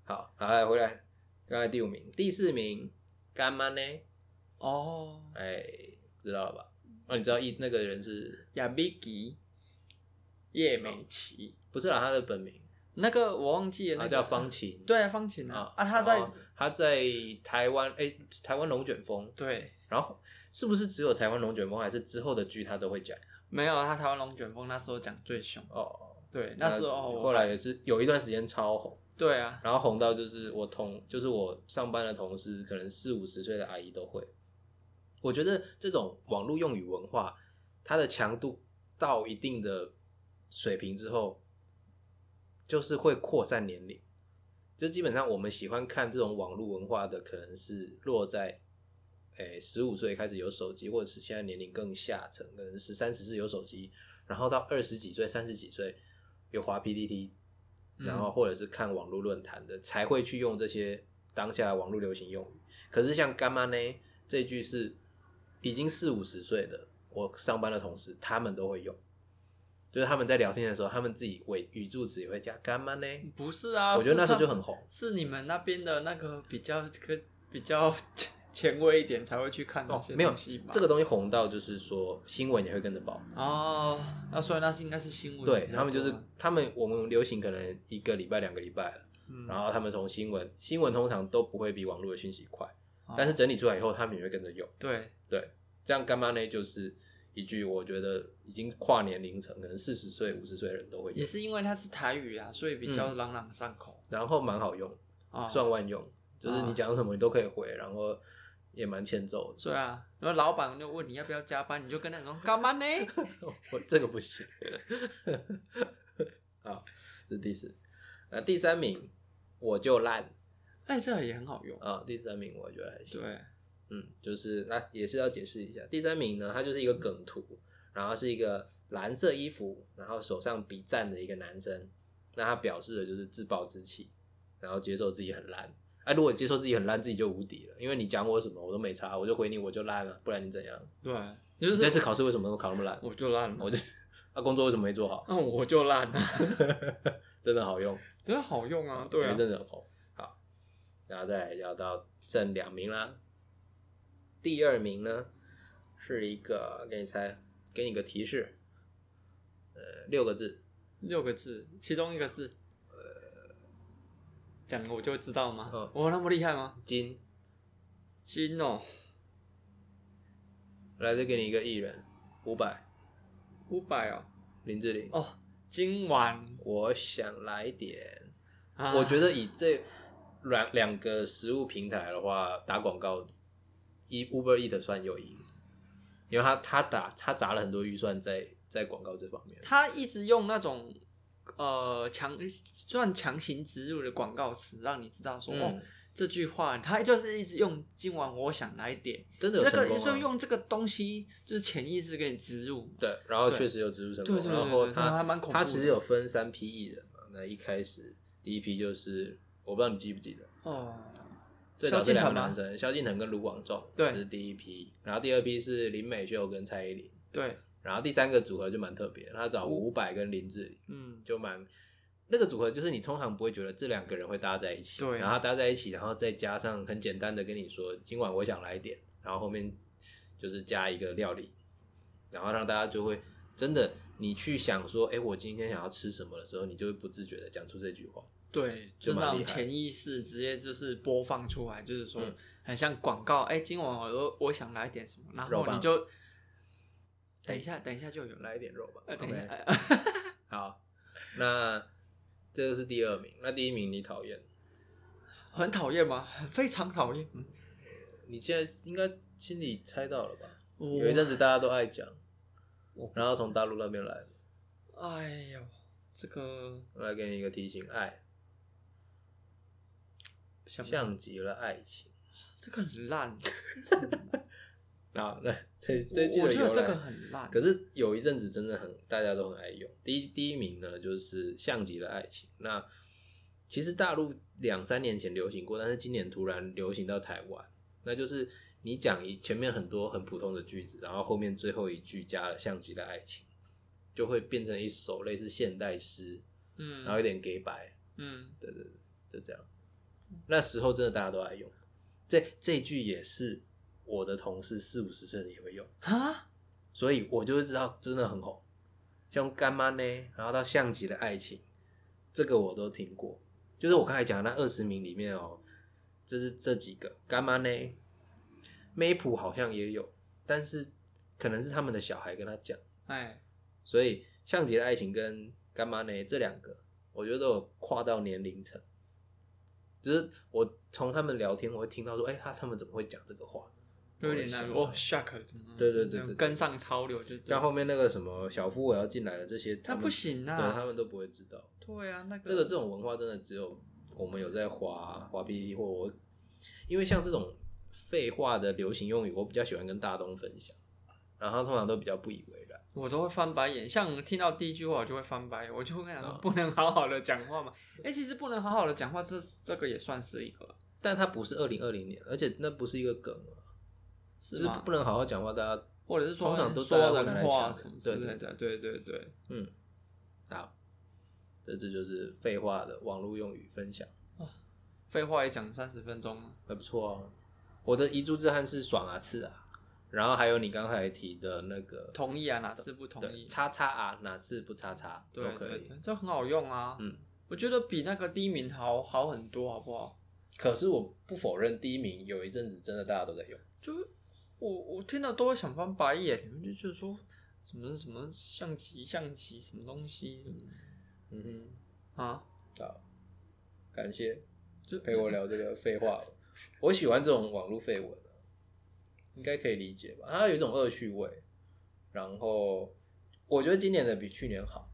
[SPEAKER 1] 好，好来回来，刚才第五名，第四名干妈呢？
[SPEAKER 2] 哦，
[SPEAKER 1] 哎，知道了吧？哦，你知道一那个人是
[SPEAKER 2] 亚比吉，叶美琪，
[SPEAKER 1] 不是啦？他的本名，
[SPEAKER 2] 那个我忘记了，那
[SPEAKER 1] 他
[SPEAKER 2] 个
[SPEAKER 1] 叫方晴。
[SPEAKER 2] 对啊，方琴
[SPEAKER 1] 啊
[SPEAKER 2] 啊，啊，他在、
[SPEAKER 1] 然后他在台湾，哎、台湾龙卷风，
[SPEAKER 2] 对，
[SPEAKER 1] 然后是不是只有台湾龙卷风，还是之后的剧他都会讲？
[SPEAKER 2] 没有啊他台湾龙卷风那时候讲最凶，
[SPEAKER 1] 哦，
[SPEAKER 2] 对，那时候哦
[SPEAKER 1] 后来也是有一段时间超红，
[SPEAKER 2] 对啊，
[SPEAKER 1] 然后红到就是我同就是我上班的同事，可能四五十岁的阿姨都会。我觉得这种网络用语文化，它的强度到一定的水平之后，就是会扩散年龄。就基本上我们喜欢看这种网络文化的，可能是落在诶十五岁开始有手机，或者是现在年龄更下层，可能十三十四有手机，然后到二十几岁、三十几岁有滑 PPT，
[SPEAKER 2] 嗯
[SPEAKER 1] 然后或者是看网络论坛的，才会去用这些当下的网络流行用语。可是像干妈呢这句是已经四五十岁的我上班的同事，他们都会用，就是他们在聊天的时候，他们自己尾语助词也会加干嘛呢？
[SPEAKER 2] 不是啊，
[SPEAKER 1] 我觉得那时候
[SPEAKER 2] 是
[SPEAKER 1] 就
[SPEAKER 2] 他
[SPEAKER 1] 很红。
[SPEAKER 2] 是你们那边的那个比较个比较前卫一点才会去看那
[SPEAKER 1] 哦
[SPEAKER 2] 些，
[SPEAKER 1] 没有
[SPEAKER 2] 东西吧？
[SPEAKER 1] 这个东西红到就是说新闻也会跟着报，
[SPEAKER 2] 哦，那所以那是应该是新闻比较多
[SPEAKER 1] 对
[SPEAKER 2] 啊，
[SPEAKER 1] 他们就是他们我们流行可能一个礼拜两个礼拜了，
[SPEAKER 2] 嗯
[SPEAKER 1] 然后他们从新闻新闻通常都不会比网络的讯息快，
[SPEAKER 2] 哦
[SPEAKER 1] 但是整理出来以后他们也会跟着用，
[SPEAKER 2] 对，
[SPEAKER 1] 这样干嘛呢？就是一句我觉得已经跨年龄层，可能四十岁五十岁的人都会
[SPEAKER 2] 也
[SPEAKER 1] 用，
[SPEAKER 2] 是因为它是台语啊，所以比
[SPEAKER 1] 嗯
[SPEAKER 2] 较朗朗上口
[SPEAKER 1] 然后蛮好用，
[SPEAKER 2] 啊。
[SPEAKER 1] 算万用，就是
[SPEAKER 2] 哦
[SPEAKER 1] 你讲什么你都可以回，然后也蛮欠揍的，
[SPEAKER 2] 对啊，然后老板就问你要不要加班，你就跟他说干嘛呢？
[SPEAKER 1] 我这个不行。 好，这是第四。那第三名我就烂
[SPEAKER 2] 哎，这个也很好用。
[SPEAKER 1] 啊、第三名我觉得还行。
[SPEAKER 2] 对，
[SPEAKER 1] 嗯，就是那、也是要解释一下，第三名呢，它就是一个梗图，然后是一个蓝色衣服，然后手上比赞的一个男生，那他表示的就是自暴自弃，然后接受自己很烂。哎、如果接受自己很烂，自己就无敌了，因为你讲我什么我都没差，我就回你我就烂了，不然你怎样？
[SPEAKER 2] 对，
[SPEAKER 1] 你
[SPEAKER 2] 就
[SPEAKER 1] 这
[SPEAKER 2] 是
[SPEAKER 1] 次考试为什么考那么烂？
[SPEAKER 2] 我就烂了，
[SPEAKER 1] 我就是，那、工作为什么没做好？
[SPEAKER 2] 那我就烂 了，
[SPEAKER 1] 真的好用，
[SPEAKER 2] 真的好用啊。对
[SPEAKER 1] 因
[SPEAKER 2] 啊
[SPEAKER 1] 为，真的很红。好，然后再来聊到剩两名啦。第二名呢是一个，给你猜，给你个提示，呃，六个字，
[SPEAKER 2] 六个字，其中一个字，呃讲了我就知道吗？
[SPEAKER 1] 嗯
[SPEAKER 2] 我有那么厉害吗？
[SPEAKER 1] 金。
[SPEAKER 2] 金哦，
[SPEAKER 1] 来，再给你一个艺人，伍佰、
[SPEAKER 2] 五百哦，
[SPEAKER 1] 林志玲。
[SPEAKER 2] 哦，今晚
[SPEAKER 1] 我想来点，
[SPEAKER 2] 啊，
[SPEAKER 1] 我觉得以这两两个食物平台的话，打广告，以 Uber Eat 算有赢，因为他他打他砸了很多预算在在广告这方面。
[SPEAKER 2] 他一直用那种呃强算强行植入的广告词，让你知道说、
[SPEAKER 1] 嗯
[SPEAKER 2] 哦这句话，他就是一直用今晚我想来点，
[SPEAKER 1] 真的有
[SPEAKER 2] 这
[SPEAKER 1] 成
[SPEAKER 2] 个
[SPEAKER 1] 功、啊，
[SPEAKER 2] 就用这个东西就是潜意识给你植入，
[SPEAKER 1] 对，然后
[SPEAKER 2] 对
[SPEAKER 1] 确实有植入成
[SPEAKER 2] 对
[SPEAKER 1] 功，
[SPEAKER 2] 对对
[SPEAKER 1] 然后
[SPEAKER 2] 对他还
[SPEAKER 1] 他
[SPEAKER 2] 蛮恐怖
[SPEAKER 1] 他
[SPEAKER 2] 的
[SPEAKER 1] 其实有分三批艺人嘛，那一开始第一批就是我不知道你记不记得，
[SPEAKER 2] 哦，
[SPEAKER 1] 最
[SPEAKER 2] 萧
[SPEAKER 1] 早是
[SPEAKER 2] 敬
[SPEAKER 1] 两个
[SPEAKER 2] 腾吗
[SPEAKER 1] 男生，萧敬腾跟卢广仲，
[SPEAKER 2] 对
[SPEAKER 1] 这是第一批，然后第二批是林美秀跟蔡依林，
[SPEAKER 2] 对，
[SPEAKER 1] 然后第三个组合就蛮特别，他
[SPEAKER 2] 哦
[SPEAKER 1] 找伍佰跟林志玲，
[SPEAKER 2] 嗯，
[SPEAKER 1] 就蛮。那个组合就是你通常不会觉得这两个人会搭在一起，
[SPEAKER 2] 对
[SPEAKER 1] 然后搭在一起，然后再加上很简单的跟你说今晚我想来点，然后后面就是加一个料理，然后让大家就会真的你去想说，哎，我今天想要吃什么的时候，你就会不自觉的讲出这句话。
[SPEAKER 2] 对，
[SPEAKER 1] 就
[SPEAKER 2] 就是
[SPEAKER 1] 蛮
[SPEAKER 2] 那
[SPEAKER 1] 厉害
[SPEAKER 2] 种潜意识直接就是播放出来，就是说、
[SPEAKER 1] 嗯
[SPEAKER 2] 很像广告，哎、今晚我我想来点什么，然
[SPEAKER 1] 肉
[SPEAKER 2] 后
[SPEAKER 1] 棒
[SPEAKER 2] 你就等一下，等一下就有了，
[SPEAKER 1] 来一点肉吧
[SPEAKER 2] 呃，等一
[SPEAKER 1] OK
[SPEAKER 2] 下，
[SPEAKER 1] 好，那这个是第二名，那第一名你讨厌，
[SPEAKER 2] 很讨厌吗？非常讨厌。嗯
[SPEAKER 1] 你现在应该心里猜到了吧？
[SPEAKER 2] 我
[SPEAKER 1] 有一阵子大家都爱讲，
[SPEAKER 2] 我不
[SPEAKER 1] 然后从大陆那边来的，
[SPEAKER 2] 哎呦，这个
[SPEAKER 1] 我来给你一个提醒，爱。
[SPEAKER 2] 想不到
[SPEAKER 1] 像极了爱情。
[SPEAKER 2] 这个很烂，
[SPEAKER 1] 啊，那这这
[SPEAKER 2] 我
[SPEAKER 1] 句
[SPEAKER 2] 我
[SPEAKER 1] 的
[SPEAKER 2] 觉得
[SPEAKER 1] 由
[SPEAKER 2] 这个
[SPEAKER 1] 来，
[SPEAKER 2] 很烂。
[SPEAKER 1] 可是有一阵子真的很大家都很爱用。第一第一名呢，就是像极了爱情。那其实大陆两三年前流行过，但是今年突然流行到台湾，那就是你讲一前面很多很普通的句子，然后后面最后一句加了像极了爱情，就会变成一首类似现代诗，
[SPEAKER 2] 嗯，
[SPEAKER 1] 然后有点给白，
[SPEAKER 2] 嗯，
[SPEAKER 1] 对对对，就这样。那时候真的大家都爱用，这这一句也是我的同事四五十岁的也会用，
[SPEAKER 2] 啊，
[SPEAKER 1] 所以我就会知道真的很红。像干妈呢，然后到像极了爱情，这个我都听过。就是我刚才讲的那二十名里面哦，这是这几个干妈呢，梅普好像也有，但是可能是他们的小孩跟他讲。
[SPEAKER 2] 哎，
[SPEAKER 1] 所以像极了爱情跟干妈呢这两个，我觉得都有跨到年龄层，就是我从他们聊天，我会听到说，哎、他他们怎么会讲这个话？
[SPEAKER 2] 有点难。
[SPEAKER 1] 我
[SPEAKER 2] 哦
[SPEAKER 1] 会想
[SPEAKER 2] ，shock，怎么
[SPEAKER 1] 对对对对对
[SPEAKER 2] 跟上潮流就对
[SPEAKER 1] 像。后面那个什么小夫我要进来了这些，他
[SPEAKER 2] 那
[SPEAKER 1] 们
[SPEAKER 2] 不行啊
[SPEAKER 1] 对他们都不会知道。
[SPEAKER 2] 对啊，那个
[SPEAKER 1] 这个这种文化真的只有我们有在滑滑 PPT 或我，因为像这种废话的流行用语，我比较喜欢跟大东分享，然后他通常都比较不以为然。
[SPEAKER 2] 我都会翻白眼，像听到第一句话我就会翻白眼，我就会跟他说
[SPEAKER 1] 啊
[SPEAKER 2] 不能好好的讲话嘛。哎，其实不能好好的讲话，这这个也算是一个，
[SPEAKER 1] 但它不是二零二零年，而且那不是一个梗啊，
[SPEAKER 2] 是
[SPEAKER 1] 就是
[SPEAKER 2] 吗
[SPEAKER 1] 不？能好好讲话，大家
[SPEAKER 2] 或者是说
[SPEAKER 1] 通常都大
[SPEAKER 2] 说
[SPEAKER 1] 家会拿来
[SPEAKER 2] 人话
[SPEAKER 1] 抢
[SPEAKER 2] 什么之
[SPEAKER 1] 对
[SPEAKER 2] 类
[SPEAKER 1] 对
[SPEAKER 2] 的，对对对，
[SPEAKER 1] 嗯， up。这这就是废话的网络用语分享，
[SPEAKER 2] 废话也讲三十分钟了，
[SPEAKER 1] 还不错哦。我的遗珠之憾是爽啊刺啊，然后还有你刚才提的那个
[SPEAKER 2] 同意啊，哪次不同
[SPEAKER 1] 对
[SPEAKER 2] 意？
[SPEAKER 1] 叉叉啊，哪次不叉叉都
[SPEAKER 2] 对
[SPEAKER 1] 可
[SPEAKER 2] 对
[SPEAKER 1] 以。
[SPEAKER 2] 对，这很好用啊。
[SPEAKER 1] 嗯，
[SPEAKER 2] 我觉得比那个第一名好好很多，好不好？
[SPEAKER 1] 可是我不否认，第一名有一阵子真的大家都在用。
[SPEAKER 2] 就是我我听到都会想翻白眼，我就觉得说什么什么象棋象棋什么东西
[SPEAKER 1] 嗯哼。
[SPEAKER 2] 啊，
[SPEAKER 1] 好，感谢
[SPEAKER 2] 就
[SPEAKER 1] 陪我聊这个废话。我喜欢这种网络绯闻，应该可以理解吧？它有一种恶趣味。然后我觉得今年的比去年好，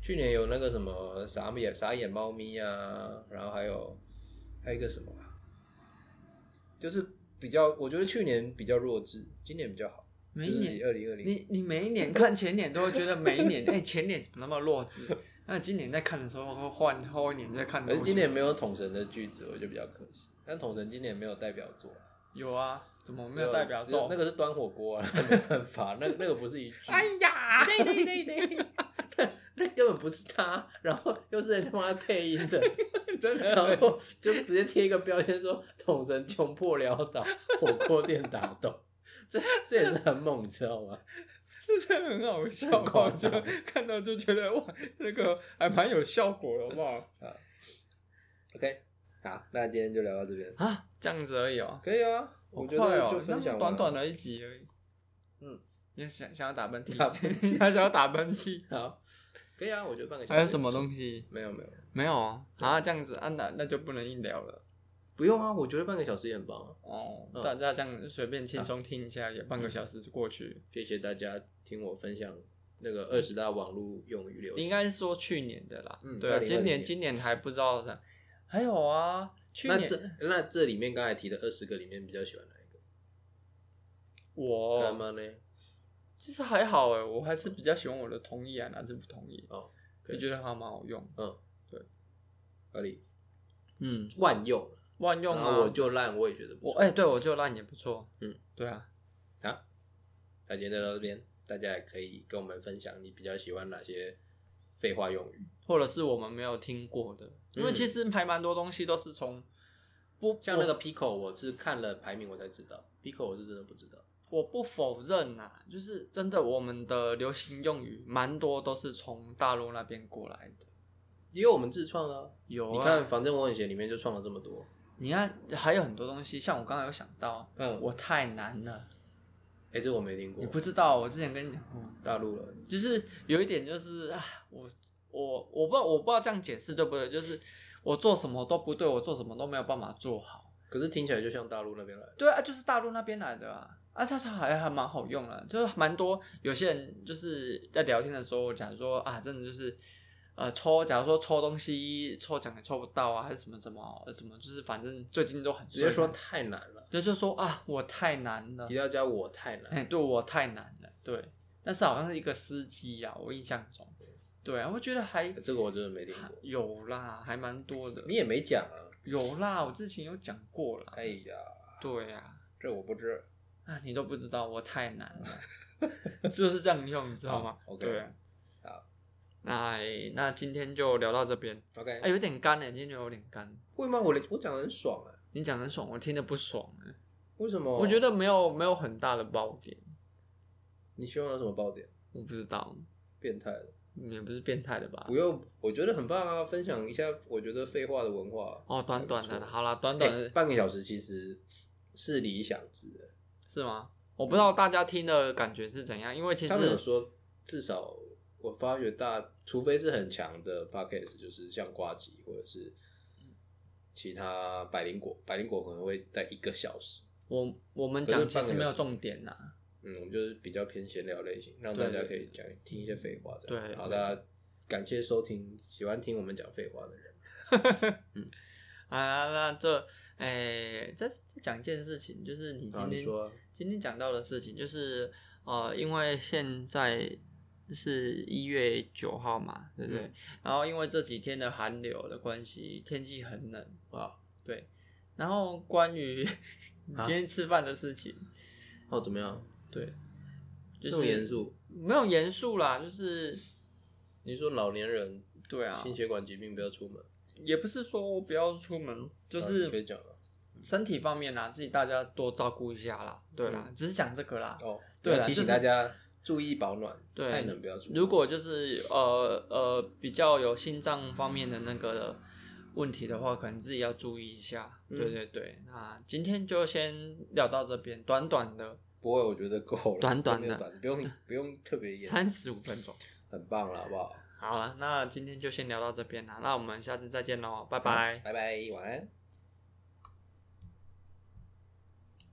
[SPEAKER 1] 去年有那个什么傻眼傻眼猫咪啊，然后还有还有一个什么啊，就是比较，我觉得去年比较弱智，今年比较好。
[SPEAKER 2] 每一年
[SPEAKER 1] 二零二零，
[SPEAKER 2] 你你每一年看前年都会觉得每一 年哎、前年怎么那么弱智？那今年在看的时候会换后哎一年再看，
[SPEAKER 1] 可是今年没有统神的句子，我就比较可惜。但统神今年没有代表作。
[SPEAKER 2] 有啊，怎么
[SPEAKER 1] 只
[SPEAKER 2] 没有代表
[SPEAKER 1] 只有
[SPEAKER 2] 作？
[SPEAKER 1] 那个是端火锅 啊，没办法，那那个不是一句，
[SPEAKER 2] 哎呀，
[SPEAKER 1] 对对对对，那那根本不是他，然后又是人他妈配音的，
[SPEAKER 2] 真
[SPEAKER 1] 然
[SPEAKER 2] 的哦
[SPEAKER 1] 后就直接贴一个标签说桶神穷破潦倒，火锅店打斗，这这也是很猛，你知道 吗？
[SPEAKER 2] 真的很好笑，
[SPEAKER 1] 很夸
[SPEAKER 2] 我就
[SPEAKER 1] 张
[SPEAKER 2] 哦看到就觉得哇，那个还蛮有效果的，好不好？
[SPEAKER 1] OK，好，那今天就聊到这边，
[SPEAKER 2] 啊，这样子而已哦、
[SPEAKER 1] 可以啊，我觉
[SPEAKER 2] 好快
[SPEAKER 1] 得
[SPEAKER 2] 哦
[SPEAKER 1] 就分
[SPEAKER 2] 那么
[SPEAKER 1] 享
[SPEAKER 2] 短短
[SPEAKER 1] 的，
[SPEAKER 2] 的一集而已。
[SPEAKER 1] 嗯，
[SPEAKER 2] 你想想要打喷嚏？
[SPEAKER 1] 打喷
[SPEAKER 2] 他想要打喷嚏。
[SPEAKER 1] 好，可以啊，我觉得半个小时
[SPEAKER 2] 还有什么
[SPEAKER 1] 西？
[SPEAKER 2] 东西？
[SPEAKER 1] 没有没有，
[SPEAKER 2] 没有啊，啊这样子啊，那那就不能硬聊了。
[SPEAKER 1] 不用啊，我觉得半个小时也很棒啊。
[SPEAKER 2] 哦，
[SPEAKER 1] 嗯
[SPEAKER 2] 大家这样随便轻松听一下，也半个小时就过去。
[SPEAKER 1] 谢谢大家听我分享那个二十大网络用语流行。
[SPEAKER 2] 啊应该是说去年的啦，
[SPEAKER 1] 嗯
[SPEAKER 2] 对啊，
[SPEAKER 1] 2020
[SPEAKER 2] 今
[SPEAKER 1] 年
[SPEAKER 2] 年今年还不知道啥。还有啊，去
[SPEAKER 1] 那
[SPEAKER 2] 年
[SPEAKER 1] 这那这里面刚才提的二十个里面，比较喜欢哪一个？干
[SPEAKER 2] 我
[SPEAKER 1] 嘛呢？
[SPEAKER 2] 其实还好哎，我还是比较喜欢我的同意啊，哪是不同意，
[SPEAKER 1] 哦，可
[SPEAKER 2] 就
[SPEAKER 1] 以
[SPEAKER 2] 觉得它蛮好用。
[SPEAKER 1] 嗯，
[SPEAKER 2] 对，
[SPEAKER 1] 合理，
[SPEAKER 2] 嗯，
[SPEAKER 1] 万用。
[SPEAKER 2] 万用
[SPEAKER 1] 然
[SPEAKER 2] 啊，
[SPEAKER 1] 后我就烂，我也觉得不
[SPEAKER 2] 我
[SPEAKER 1] 错。
[SPEAKER 2] 哎，对我就烂也不错。
[SPEAKER 1] 嗯，
[SPEAKER 2] 对啊，
[SPEAKER 1] 好，那今天就到这边，大家也可以跟我们分享你比较喜欢哪些废话用语，
[SPEAKER 2] 或者是我们没有听过的，因为
[SPEAKER 1] 嗯
[SPEAKER 2] 其实还蛮多东西都是从不
[SPEAKER 1] 像那个 Pico，我是看了排名我才知道，Pico 我是真的不知道。
[SPEAKER 2] 我不否认啊，就是真的，我们的流行用语蛮多都是从大陆那边过来的。
[SPEAKER 1] 也有我们自创啊，
[SPEAKER 2] 有啊，
[SPEAKER 1] 你看，反正我很闲里面就创了这么多。
[SPEAKER 2] 你看，还有很多东西，像我刚刚有想到，
[SPEAKER 1] 嗯
[SPEAKER 2] 我太难了，
[SPEAKER 1] 哎，这我没听过
[SPEAKER 2] 你，不知道，我之前跟你讲过，
[SPEAKER 1] 大陆了，
[SPEAKER 2] 就是有一点就是啊，我我我不知道我不知道这样解释对不对，就是我做什么都不对，我做什么都没有办法做好。
[SPEAKER 1] 可是听起来就像大陆那边来的。
[SPEAKER 2] 对啊，就是大陆那边来的啊，啊，它它还还蛮好用啊，就是蛮多有些人就是在聊天的时候，假如说啊，真的就是呃抽，假如说抽东西抽奖也抽不到啊，还是什么什么什么，就是反正最近都很
[SPEAKER 1] 直接说
[SPEAKER 2] 顺啊，
[SPEAKER 1] 太难了，
[SPEAKER 2] 对，就说啊，我太难了
[SPEAKER 1] 一定，要加我太难。
[SPEAKER 2] 哎、对我太难了，对，但是好像是一个司机啊，我印象中，对啊，我觉得还
[SPEAKER 1] 这个我真的没听过，
[SPEAKER 2] 有啦，还蛮多的，
[SPEAKER 1] 你也没讲啊。
[SPEAKER 2] 有啦，我之前有讲过啦，
[SPEAKER 1] 哎呀，
[SPEAKER 2] 对呀、啊。
[SPEAKER 1] 这我不知。
[SPEAKER 2] 啊，你都不知道，我太难了， 就是这样用，你知道吗
[SPEAKER 1] 好，OK
[SPEAKER 2] 对啊，
[SPEAKER 1] 好
[SPEAKER 2] 那那今天就聊到这边，
[SPEAKER 1] OK，
[SPEAKER 2] 哎、有点干哎，今天就有点干。
[SPEAKER 1] 会吗？我的我讲的很爽啊，
[SPEAKER 2] 你讲得很爽，我听得不爽哎、
[SPEAKER 1] 为什么？
[SPEAKER 2] 我觉得没有没有很大的爆点，
[SPEAKER 1] 你希望有什么爆点？
[SPEAKER 2] 我不知道，
[SPEAKER 1] 变态的，
[SPEAKER 2] 也不是变态的吧
[SPEAKER 1] 不？用，我觉得很棒啊！分享一下我觉得废话的文化，
[SPEAKER 2] 哦，短短
[SPEAKER 1] 还
[SPEAKER 2] 的
[SPEAKER 1] 不
[SPEAKER 2] 啦，
[SPEAKER 1] 错
[SPEAKER 2] 好啦，短短的、
[SPEAKER 1] 哎，半个小时其实是理想值的。
[SPEAKER 2] 是吗？我不知道大家听的感觉是怎样，因为其
[SPEAKER 1] 他们有
[SPEAKER 2] 实
[SPEAKER 1] 说，至少我发觉大，除非是很强的 podcast，就是像瓜吉或者是其他百灵果，百灵果可能会在一个小时。
[SPEAKER 2] 我我们
[SPEAKER 1] 可是
[SPEAKER 2] 讲其
[SPEAKER 1] 半个
[SPEAKER 2] 实没有
[SPEAKER 1] 小时
[SPEAKER 2] 重点呐，
[SPEAKER 1] 嗯，我们就是比较偏闲聊类型，让
[SPEAKER 2] 对
[SPEAKER 1] 大家
[SPEAKER 2] 对嗯
[SPEAKER 1] 可以讲听一些废话这样。
[SPEAKER 2] 对
[SPEAKER 1] 好，
[SPEAKER 2] 对
[SPEAKER 1] 大家感谢收听，喜欢听我们讲废话的人。
[SPEAKER 2] 啊，那这哎，再再讲一件事情，就是你
[SPEAKER 1] 啊
[SPEAKER 2] 今
[SPEAKER 1] 你
[SPEAKER 2] 天、
[SPEAKER 1] 说啊
[SPEAKER 2] 今天讲到的事情，就是呃，因为现在是一月九号嘛，对不对？
[SPEAKER 1] 嗯
[SPEAKER 2] 然后因为这几天的寒流的关系，天气很冷，
[SPEAKER 1] 啊，
[SPEAKER 2] 对。然后关于你
[SPEAKER 1] 啊
[SPEAKER 2] 今天吃饭的事情，
[SPEAKER 1] 哦，怎么样？
[SPEAKER 2] 对，就
[SPEAKER 1] 这么严
[SPEAKER 2] 是
[SPEAKER 1] 肃？
[SPEAKER 2] 没有严肃啦，就是
[SPEAKER 1] 你说老年人
[SPEAKER 2] 对啊，
[SPEAKER 1] 心血管疾病不要出门，
[SPEAKER 2] 也不是说不要出门，就
[SPEAKER 1] 啊你可以
[SPEAKER 2] 是
[SPEAKER 1] 讲了。
[SPEAKER 2] 身体方面啦、啊自己大家多照顾一下啦。对啦，
[SPEAKER 1] 嗯
[SPEAKER 2] 只是讲这个啦。
[SPEAKER 1] 哦，
[SPEAKER 2] 对
[SPEAKER 1] 要
[SPEAKER 2] 啦
[SPEAKER 1] 提
[SPEAKER 2] 就
[SPEAKER 1] 醒
[SPEAKER 2] 是
[SPEAKER 1] 大家注意保暖，
[SPEAKER 2] 对
[SPEAKER 1] 太冷不要出门。
[SPEAKER 2] 如果就是呃呃比较有心脏方面的那个问题的话，可能自己要注意一下。
[SPEAKER 1] 嗯
[SPEAKER 2] 对对对，那今天就先聊到这边，短短的
[SPEAKER 1] 不会，我觉得够了，
[SPEAKER 2] 短短的
[SPEAKER 1] 真有短，不用不用特别严，
[SPEAKER 2] 三十五分钟。
[SPEAKER 1] 很棒了，好不好？
[SPEAKER 2] 好了，那今天就先聊到这边啦，那我们下次再见喽，拜拜。
[SPEAKER 1] 拜拜，晚安。